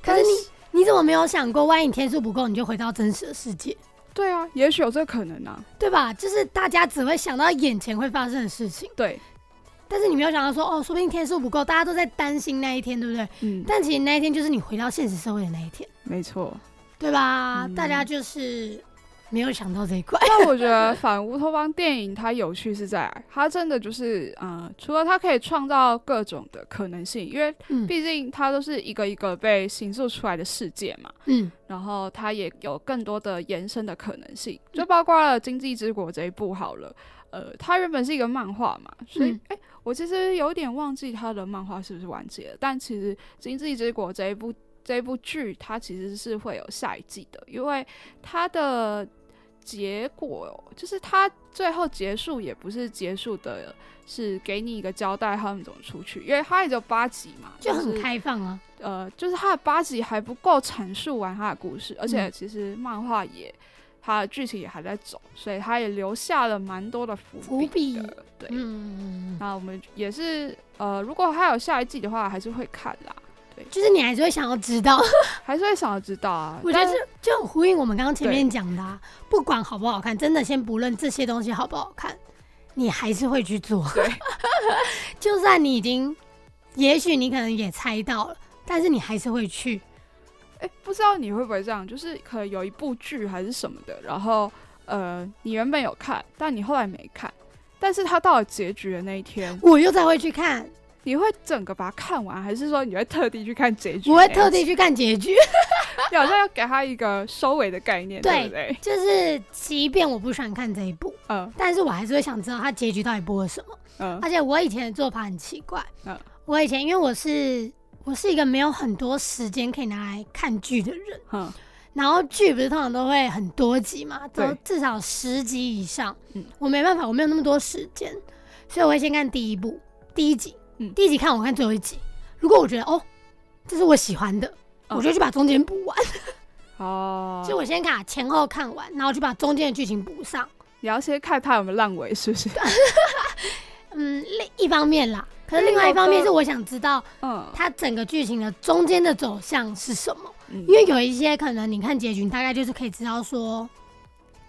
Speaker 1: 可是
Speaker 2: 但
Speaker 1: 你你怎么没有想过，万一你天数不够，你就回到真实的世界，
Speaker 2: 对啊，也许有这个可能啊，
Speaker 1: 对吧？就是大家只会想到眼前会发生的事情。
Speaker 2: 对，
Speaker 1: 但是你没有想到说，哦，说不定天数不够，大家都在担心那一天，对不对？
Speaker 2: 嗯，
Speaker 1: 但其实那一天就是你回到现实社会的那一天，
Speaker 2: 没错。
Speaker 1: 对吧？
Speaker 2: 嗯
Speaker 1: 大家就是没有想到这一块，
Speaker 2: 那我觉得反乌托邦电影它有趣是在，它真的就是，呃，除了它可以创造各种的可能性，因为
Speaker 1: 嗯
Speaker 2: 毕竟它都是一个一个被形塑出来的世界嘛，
Speaker 1: 嗯，
Speaker 2: 然后它也有更多的延伸的可能性，
Speaker 1: 嗯
Speaker 2: 就包括了《经济之国》这一部好了。呃，它原本是一个漫画嘛，所以
Speaker 1: 嗯
Speaker 2: 哎、我其实有点忘记它的漫画是不是完结了，但其实《经济之国》这一部这一部剧，它其实是会有下一季的，因为它的结果就是它最后结束也不是结束的，是给你一个交代他们怎么出去，因为它也只有八集嘛，
Speaker 1: 就
Speaker 2: 就是
Speaker 1: 很开放啊。
Speaker 2: 呃，就是他的八集还不够阐述完他的故事，而且
Speaker 1: 嗯
Speaker 2: 其实漫画也它的剧情也还在走，所以它也留下了蛮多的伏
Speaker 1: 伏笔
Speaker 2: 的。对，
Speaker 1: 嗯，
Speaker 2: 那我们也是呃，如果还有下一季的话，还是会看啦，
Speaker 1: 就是你还是会想要知道，
Speaker 2: 还是会想要知道啊。
Speaker 1: 我觉得
Speaker 2: 但
Speaker 1: 这就很呼应我们刚刚前面讲的、啊，不管好不好看，真的先不论这些东西好不好看，你还是会去做。
Speaker 2: 对，
Speaker 1: 就算你已经，也许你可能也猜到了，但是你还是会去。
Speaker 2: 哎、不知道你会不会这样，就是可能有一部剧还是什么的，然后呃，你原本有看，但你后来没看，但是它到了结局的那一天，
Speaker 1: 我又再会去看，
Speaker 2: 你会整个把它看完，还是说你会特地去看结局？
Speaker 1: 我会特地，去看结局。
Speaker 2: 你好像要给它一个收尾的概念，对
Speaker 1: 对
Speaker 2: 不对？
Speaker 1: 就是，即便我不喜欢看这一部，
Speaker 2: 嗯
Speaker 1: 但是我还是会想知道它结局到底播了什么。
Speaker 2: 嗯
Speaker 1: 而且我以前的做法很奇怪，
Speaker 2: 嗯
Speaker 1: 我以前因为我是我是一个没有很多时间可以拿来看剧的人，
Speaker 2: 嗯，
Speaker 1: 然后剧不是通常都会很多集嘛，都
Speaker 2: 对
Speaker 1: 至少十集以上。
Speaker 2: 嗯
Speaker 1: 我没办法，我没有那么多时间，所以我会先看第一部第一集，
Speaker 2: 嗯
Speaker 1: 第一集看我看最后一集，如果我觉得哦，这是我喜欢的。
Speaker 2: 嗯
Speaker 1: 我就去把中间补完，
Speaker 2: 哦，
Speaker 1: 就我先卡前后看完，然后去把中间的剧情补上。
Speaker 2: 你要先看它有没有烂尾，是不是？
Speaker 1: 啊嗯，另一方面啦，可是
Speaker 2: 因为
Speaker 1: 另外一
Speaker 2: 有的
Speaker 1: 方面是我想知道
Speaker 2: 嗯
Speaker 1: 它整个剧情的中间的走向是什么，
Speaker 2: 嗯
Speaker 1: 因为有一些可能你看结局，你大概就是可以知道说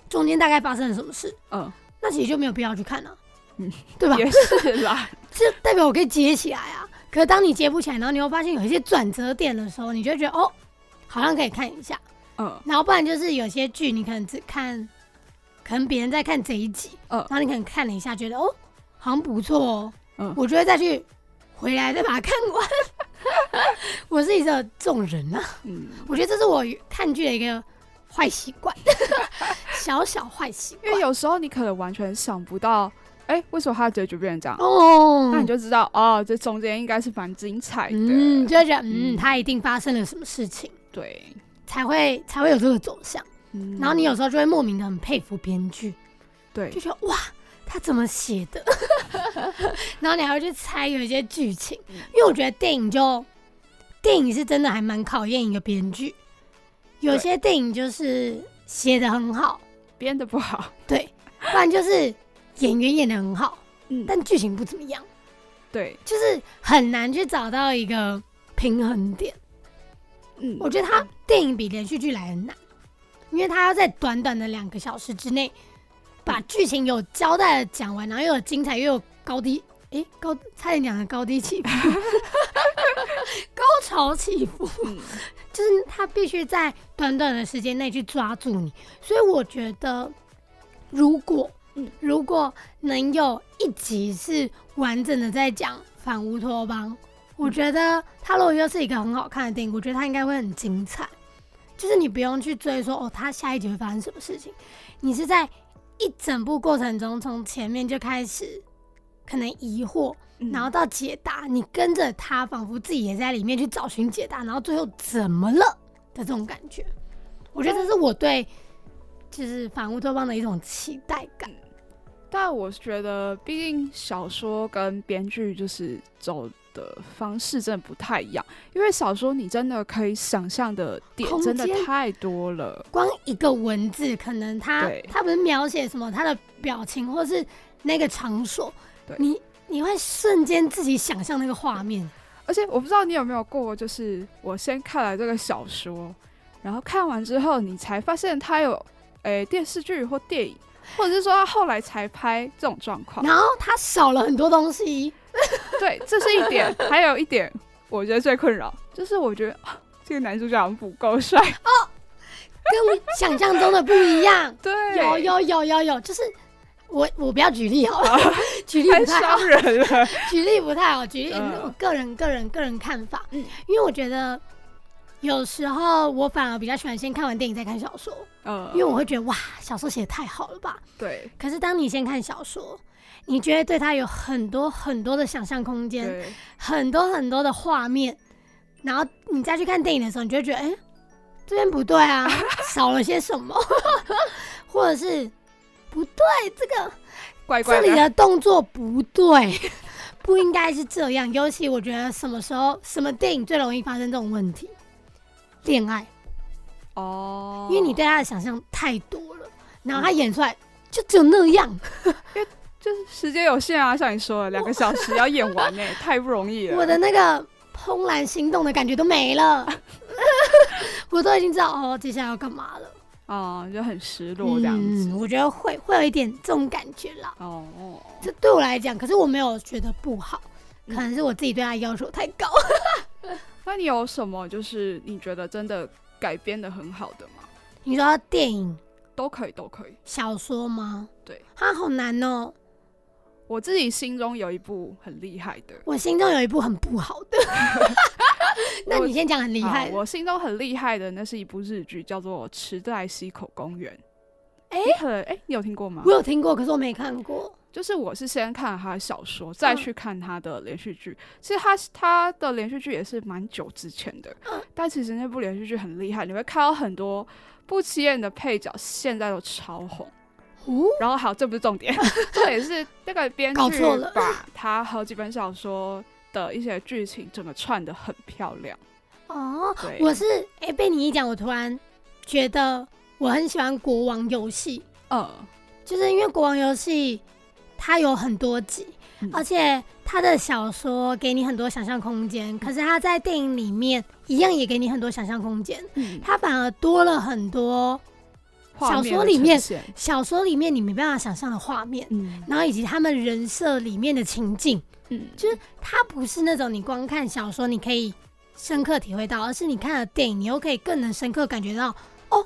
Speaker 1: 中间大概发生了什么事，
Speaker 2: 嗯，
Speaker 1: 那其实就没有必要去看了、啊
Speaker 2: 嗯
Speaker 1: 对吧？
Speaker 2: 也是啦，
Speaker 1: 这代表我可以接起来啊。可是当你接不起来，然后你又发现有一些转折点的时候，你就会觉得哦，好像可以看一下。
Speaker 2: 嗯
Speaker 1: 然后不然就是有些剧你可能只看，可能别人在看这一集，
Speaker 2: 嗯
Speaker 1: 然后你可能看了一下，觉得哦，好像不错哦，
Speaker 2: 嗯
Speaker 1: 我就会再去回来再把它看完。 我是一个这种人啊，
Speaker 2: 嗯，
Speaker 1: 我觉得这是我看剧的一个坏习惯， 小小坏习
Speaker 2: 因为
Speaker 1: 惯。
Speaker 2: 有时候你可能完全想不到，哎、为什么它的结局变成这样？
Speaker 1: 哦，
Speaker 2: 那你就知道哦，这中间应该是蛮精彩的。
Speaker 1: 嗯，就会觉得嗯，
Speaker 2: 嗯
Speaker 1: 他一定发生了什么事情，
Speaker 2: 对。
Speaker 1: 才会才会有这个走向。
Speaker 2: 嗯
Speaker 1: 然后你有时候就会莫名的很佩服编剧，
Speaker 2: 对
Speaker 1: 就觉得哇，他怎么写的？ 然后你还会去猜有一些剧情，
Speaker 2: 嗯
Speaker 1: 因为我觉得电影就电影是真的还蛮考验一个编剧，有
Speaker 2: 对
Speaker 1: 些电影就是写的很好，
Speaker 2: 编的不好，
Speaker 1: 对，不然就是演员演的很好，
Speaker 2: 嗯
Speaker 1: 但剧情不怎么样，
Speaker 2: 对，
Speaker 1: 就是很难去找到一个平衡点。
Speaker 2: 嗯
Speaker 1: 我觉得它电影比连续剧来的难，因为它要在短短的两个小时之内把剧情有交代的讲完，然后又有精彩，又有高低，诶，高差点讲的高低 起伏，高潮起伏，
Speaker 2: 嗯
Speaker 1: 就是它必须在短短的时间内去抓住你。所以我觉得，如果
Speaker 2: 嗯
Speaker 1: 如果能有一集是完整的在讲反乌托邦，我觉得它如果又是一个很好看的电影，我觉得它应该会很精彩。就是你不用去追说哦，它下一集会发生什么事情，你是在一整部过程中，从前面就开始可能疑惑，
Speaker 2: 嗯
Speaker 1: 然后到解答，你跟着他，仿佛自己也在里面去找寻解答，然后最后怎么了的这种感觉。我觉得这是我对就是反乌托邦的一种期待感。
Speaker 2: 但我是觉得，毕竟小说跟编剧就是走的方式真的不太一样，因为小说你真的可以想象的点
Speaker 1: 空
Speaker 2: 真的
Speaker 1: 间
Speaker 2: 太多了，
Speaker 1: 光一个文字，可能他
Speaker 2: 对
Speaker 1: 他不是描写什么他的表情，或是那个场所
Speaker 2: 对，
Speaker 1: 你你会瞬间自己想象那个画面。
Speaker 2: 而且我不知道你有没有过，就是我先看了这个小说，然后看完之后，你才发现它有诶、电视剧或电影，或者是说它后来才拍这种状况。
Speaker 1: 然后他少了很多东西，
Speaker 2: 对，这是一点，还有一点，我觉得最困扰就是我觉得、啊这个男主角好像不够帅。
Speaker 1: 跟我想象中的不一样。
Speaker 2: 对，
Speaker 1: 有有有有有，就是我我不要举例好 了，举例
Speaker 2: 太
Speaker 1: 不太好，
Speaker 2: 伤人了。
Speaker 1: 举例不太好，举例、
Speaker 2: 嗯
Speaker 1: 我个人个人个人看法，
Speaker 2: 嗯
Speaker 1: 因为我觉得有时候我反而比较喜欢先看完电影再看小说，
Speaker 2: 嗯，
Speaker 1: 因为我会觉得哇，小说写的太好了吧。
Speaker 2: 对
Speaker 1: 可是当你先看小说，你觉得对它有很多很多的想象空间，
Speaker 2: 对
Speaker 1: 很多很多的画面，然后你再去看电影的时候，你就会觉得，哎、这边不对 啊，少了些什么， 或者是不对，这个
Speaker 2: 怪
Speaker 1: 这
Speaker 2: 怪
Speaker 1: 里
Speaker 2: 的。
Speaker 1: 的动作不对， 不应该是这样。尤其我觉得什么时候、什么电影最容易发生这种问题？恋爱，
Speaker 2: 哦，
Speaker 1: 因为你对他的想象太多了。然后
Speaker 2: 嗯
Speaker 1: 他演出来就只有那样，
Speaker 2: 就是时间有限啊，像你说的，两个小时要演完呢、太不容易了。
Speaker 1: 我的那个怦然心动的感觉都没了， 我都已经知道哦，接下来要干嘛了。
Speaker 2: 哦、就很失落这样子。
Speaker 1: 嗯，我觉得会会有一点这种感觉啦。
Speaker 2: 哦，
Speaker 1: 这对我来讲，可是我没有觉得不好，可
Speaker 2: 嗯
Speaker 1: 能是我自己对他的要求太高。
Speaker 2: 那你有什么就是你觉得真的改编的很好的吗？
Speaker 1: 你说电影、
Speaker 2: 都可以，都可以。
Speaker 1: 小说吗？
Speaker 2: 对，
Speaker 1: 它好难哦。
Speaker 2: 我自己心中有一部很厉害的，
Speaker 1: 我心中有一部很不好 的，那
Speaker 2: 我
Speaker 1: 你先讲很厉害
Speaker 2: 好
Speaker 1: 的。
Speaker 2: 啊我心中很厉害的，那是一部日剧，叫做《池袋西口公园》。
Speaker 1: 哎
Speaker 2: 你可能哎、你有听过吗
Speaker 1: 我？有听过，可是我没看过。
Speaker 2: 就是我是先看他的小说，再
Speaker 1: 嗯
Speaker 2: 去看他的连续剧。其实他他的连续剧也是蛮久之前的，
Speaker 1: 嗯
Speaker 2: 但其实那部连续剧很厉害，你会看到很多不起眼的配角现在都超红。
Speaker 1: 哦，
Speaker 2: 然后好，这不 是重点，重点是那个编
Speaker 1: 搞
Speaker 2: 剧
Speaker 1: 错了
Speaker 2: 把他好几本小说的一些剧情整个串的很漂亮。
Speaker 1: 哦，
Speaker 2: 对，
Speaker 1: 我是哎、被你一讲，我突然觉得我很喜欢国王游戏，
Speaker 2: 嗯
Speaker 1: 就是因为国王游戏它有很多集，
Speaker 2: 嗯
Speaker 1: 而且它的小说给你很多想象空间，可是它在电影里面一样也给你很多想象空间，
Speaker 2: 嗯，
Speaker 1: 它反而多了很多
Speaker 2: 画
Speaker 1: 小
Speaker 2: 面
Speaker 1: 说
Speaker 2: 的
Speaker 1: 里
Speaker 2: 呈
Speaker 1: 面
Speaker 2: 现
Speaker 1: 小说里面你没办法想象的画面，
Speaker 2: 嗯
Speaker 1: 然后以及他们人设里面的情境。
Speaker 2: 嗯，
Speaker 1: 就是它不是那种你光看小说你可以深刻体会到，而是你看了电影，你又可以更能深刻感觉到哦，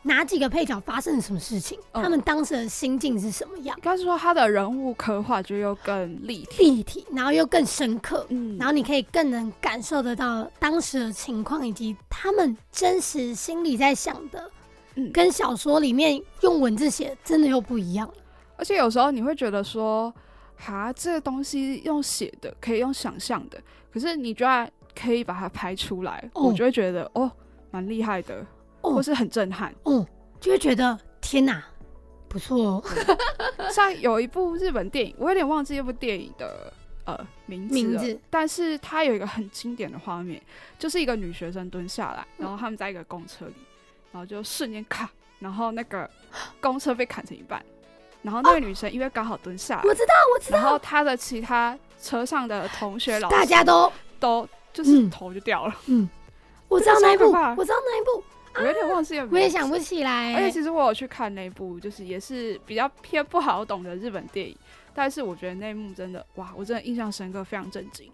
Speaker 1: 哪几个配角发生了什么事情，
Speaker 2: 嗯
Speaker 1: 他们当时的心境是什么样，
Speaker 2: 应该是说他的人物刻画就又更立体。
Speaker 1: 立体，然后又更深刻，
Speaker 2: 嗯
Speaker 1: 然后你可以更能感受得到当时的情况以及他们真实心里在想的，
Speaker 2: 嗯
Speaker 1: 跟小说里面用文字写真的又不一样。
Speaker 2: 而且有时候你会觉得说，哈，这个东西用写的可以用想象的，可是你居然可以把它拍出来，
Speaker 1: 哦
Speaker 2: 我就会觉得哦，蛮厉害的，
Speaker 1: 哦
Speaker 2: 或是很 震撼。
Speaker 1: 哦，就会觉得天哪，不错哦，
Speaker 2: 像有一部日本电影，我有点忘记那部电影的呃名字
Speaker 1: 名
Speaker 2: 了
Speaker 1: 字
Speaker 2: 但是它有一个很经典的画面，就是一个女学生蹲下来，
Speaker 1: 嗯
Speaker 2: 然后他们在一个公车里，然后就瞬间咔，然后那个公车被砍成一半，然后那个女生因为刚好蹲下来，
Speaker 1: 啊我知道，我知道，
Speaker 2: 然后他的其他车上的同学、老师
Speaker 1: 大家都。
Speaker 2: 都就是
Speaker 1: 嗯
Speaker 2: 头就掉了，
Speaker 1: 我知道那一部，
Speaker 2: 这个超可怕
Speaker 1: 我知道那一部，
Speaker 2: 我有点忘记了。哎
Speaker 1: 我也想。不起来、
Speaker 2: 而且其实我有去看那部，就是也是比较偏不好懂的日本电影，但是我觉得那一幕真的哇，我真的印象深刻，非常震惊。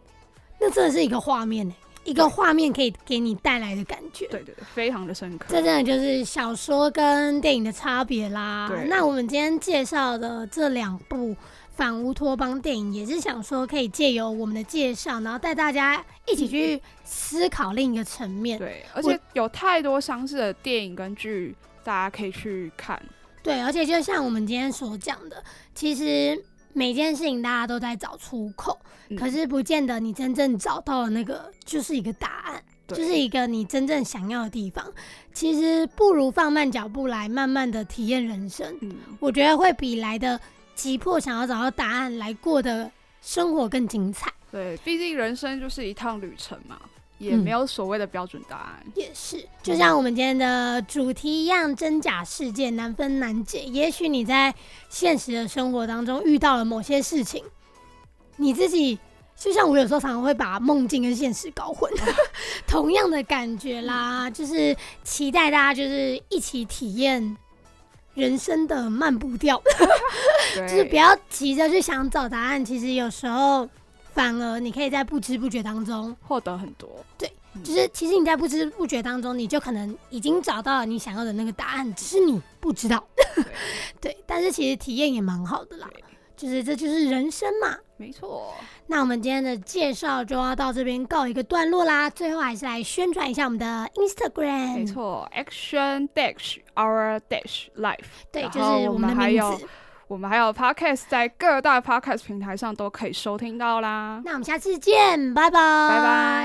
Speaker 1: 那真的是一个画面呢、欸一个画面可以给你带来的感觉。，
Speaker 2: 对对对，非常的深刻。
Speaker 1: 这真的就是小说跟电影的差别啦
Speaker 2: 对。
Speaker 1: 那我们今天介绍的这两部反乌托邦电影，也是想说可以借由我们的介绍，然后带大家一起去思考另一个层面。
Speaker 2: 嗯对，而且有太多相似的电影跟剧，大家可以去看。
Speaker 1: 对，而且就像我们今天所讲的，其实每件事情大家都在找出口，
Speaker 2: 嗯
Speaker 1: 可是不见得你真正找到的那个就是一个答案，
Speaker 2: 对
Speaker 1: 就是一个你真正想要的地方。其实不如放慢脚步来，慢慢的体验人生，
Speaker 2: 嗯，
Speaker 1: 我觉得会比来的急迫想要找到答案来过的生活更精彩。
Speaker 2: 对，毕竟人生就是一趟旅程嘛，也
Speaker 1: 嗯
Speaker 2: 没有所谓的标准答案。
Speaker 1: 也是，就像我们今天的主题一样，真假世界难分难解。也许你在现实的生活当中遇到了某些事情，你自己就像我有时候常常会把梦境跟现实搞混， 同样的感觉啦。就是期待大家就是一起体验人生的慢步调，
Speaker 2: 对，
Speaker 1: 就是不要急着去想找答案。其实有时候反而你可以在不知不觉当中
Speaker 2: 获得很多。
Speaker 1: 就是其实你在不知不觉当中，你就可能已经找到了你想要的那个答案，只是你不知道。 对，但是其实体验也蛮好的啦
Speaker 2: 对，
Speaker 1: 就是这就是人生嘛。
Speaker 2: 没错，
Speaker 1: 那我们今天的介绍就要到这边告一个段落啦。最后还是来宣传一下我们的 Instagram，
Speaker 2: 没，错，Action Dash Our Dash Life。
Speaker 1: 对，
Speaker 2: 然
Speaker 1: 就是
Speaker 2: 后
Speaker 1: 我
Speaker 2: 我
Speaker 1: 们的
Speaker 2: 们还
Speaker 1: 名
Speaker 2: 有
Speaker 1: 字。
Speaker 2: 我们还有 Podcast 在各大 Podcast 平台上都可以收听到啦。
Speaker 1: 那我们下次见，拜拜，
Speaker 2: 拜拜。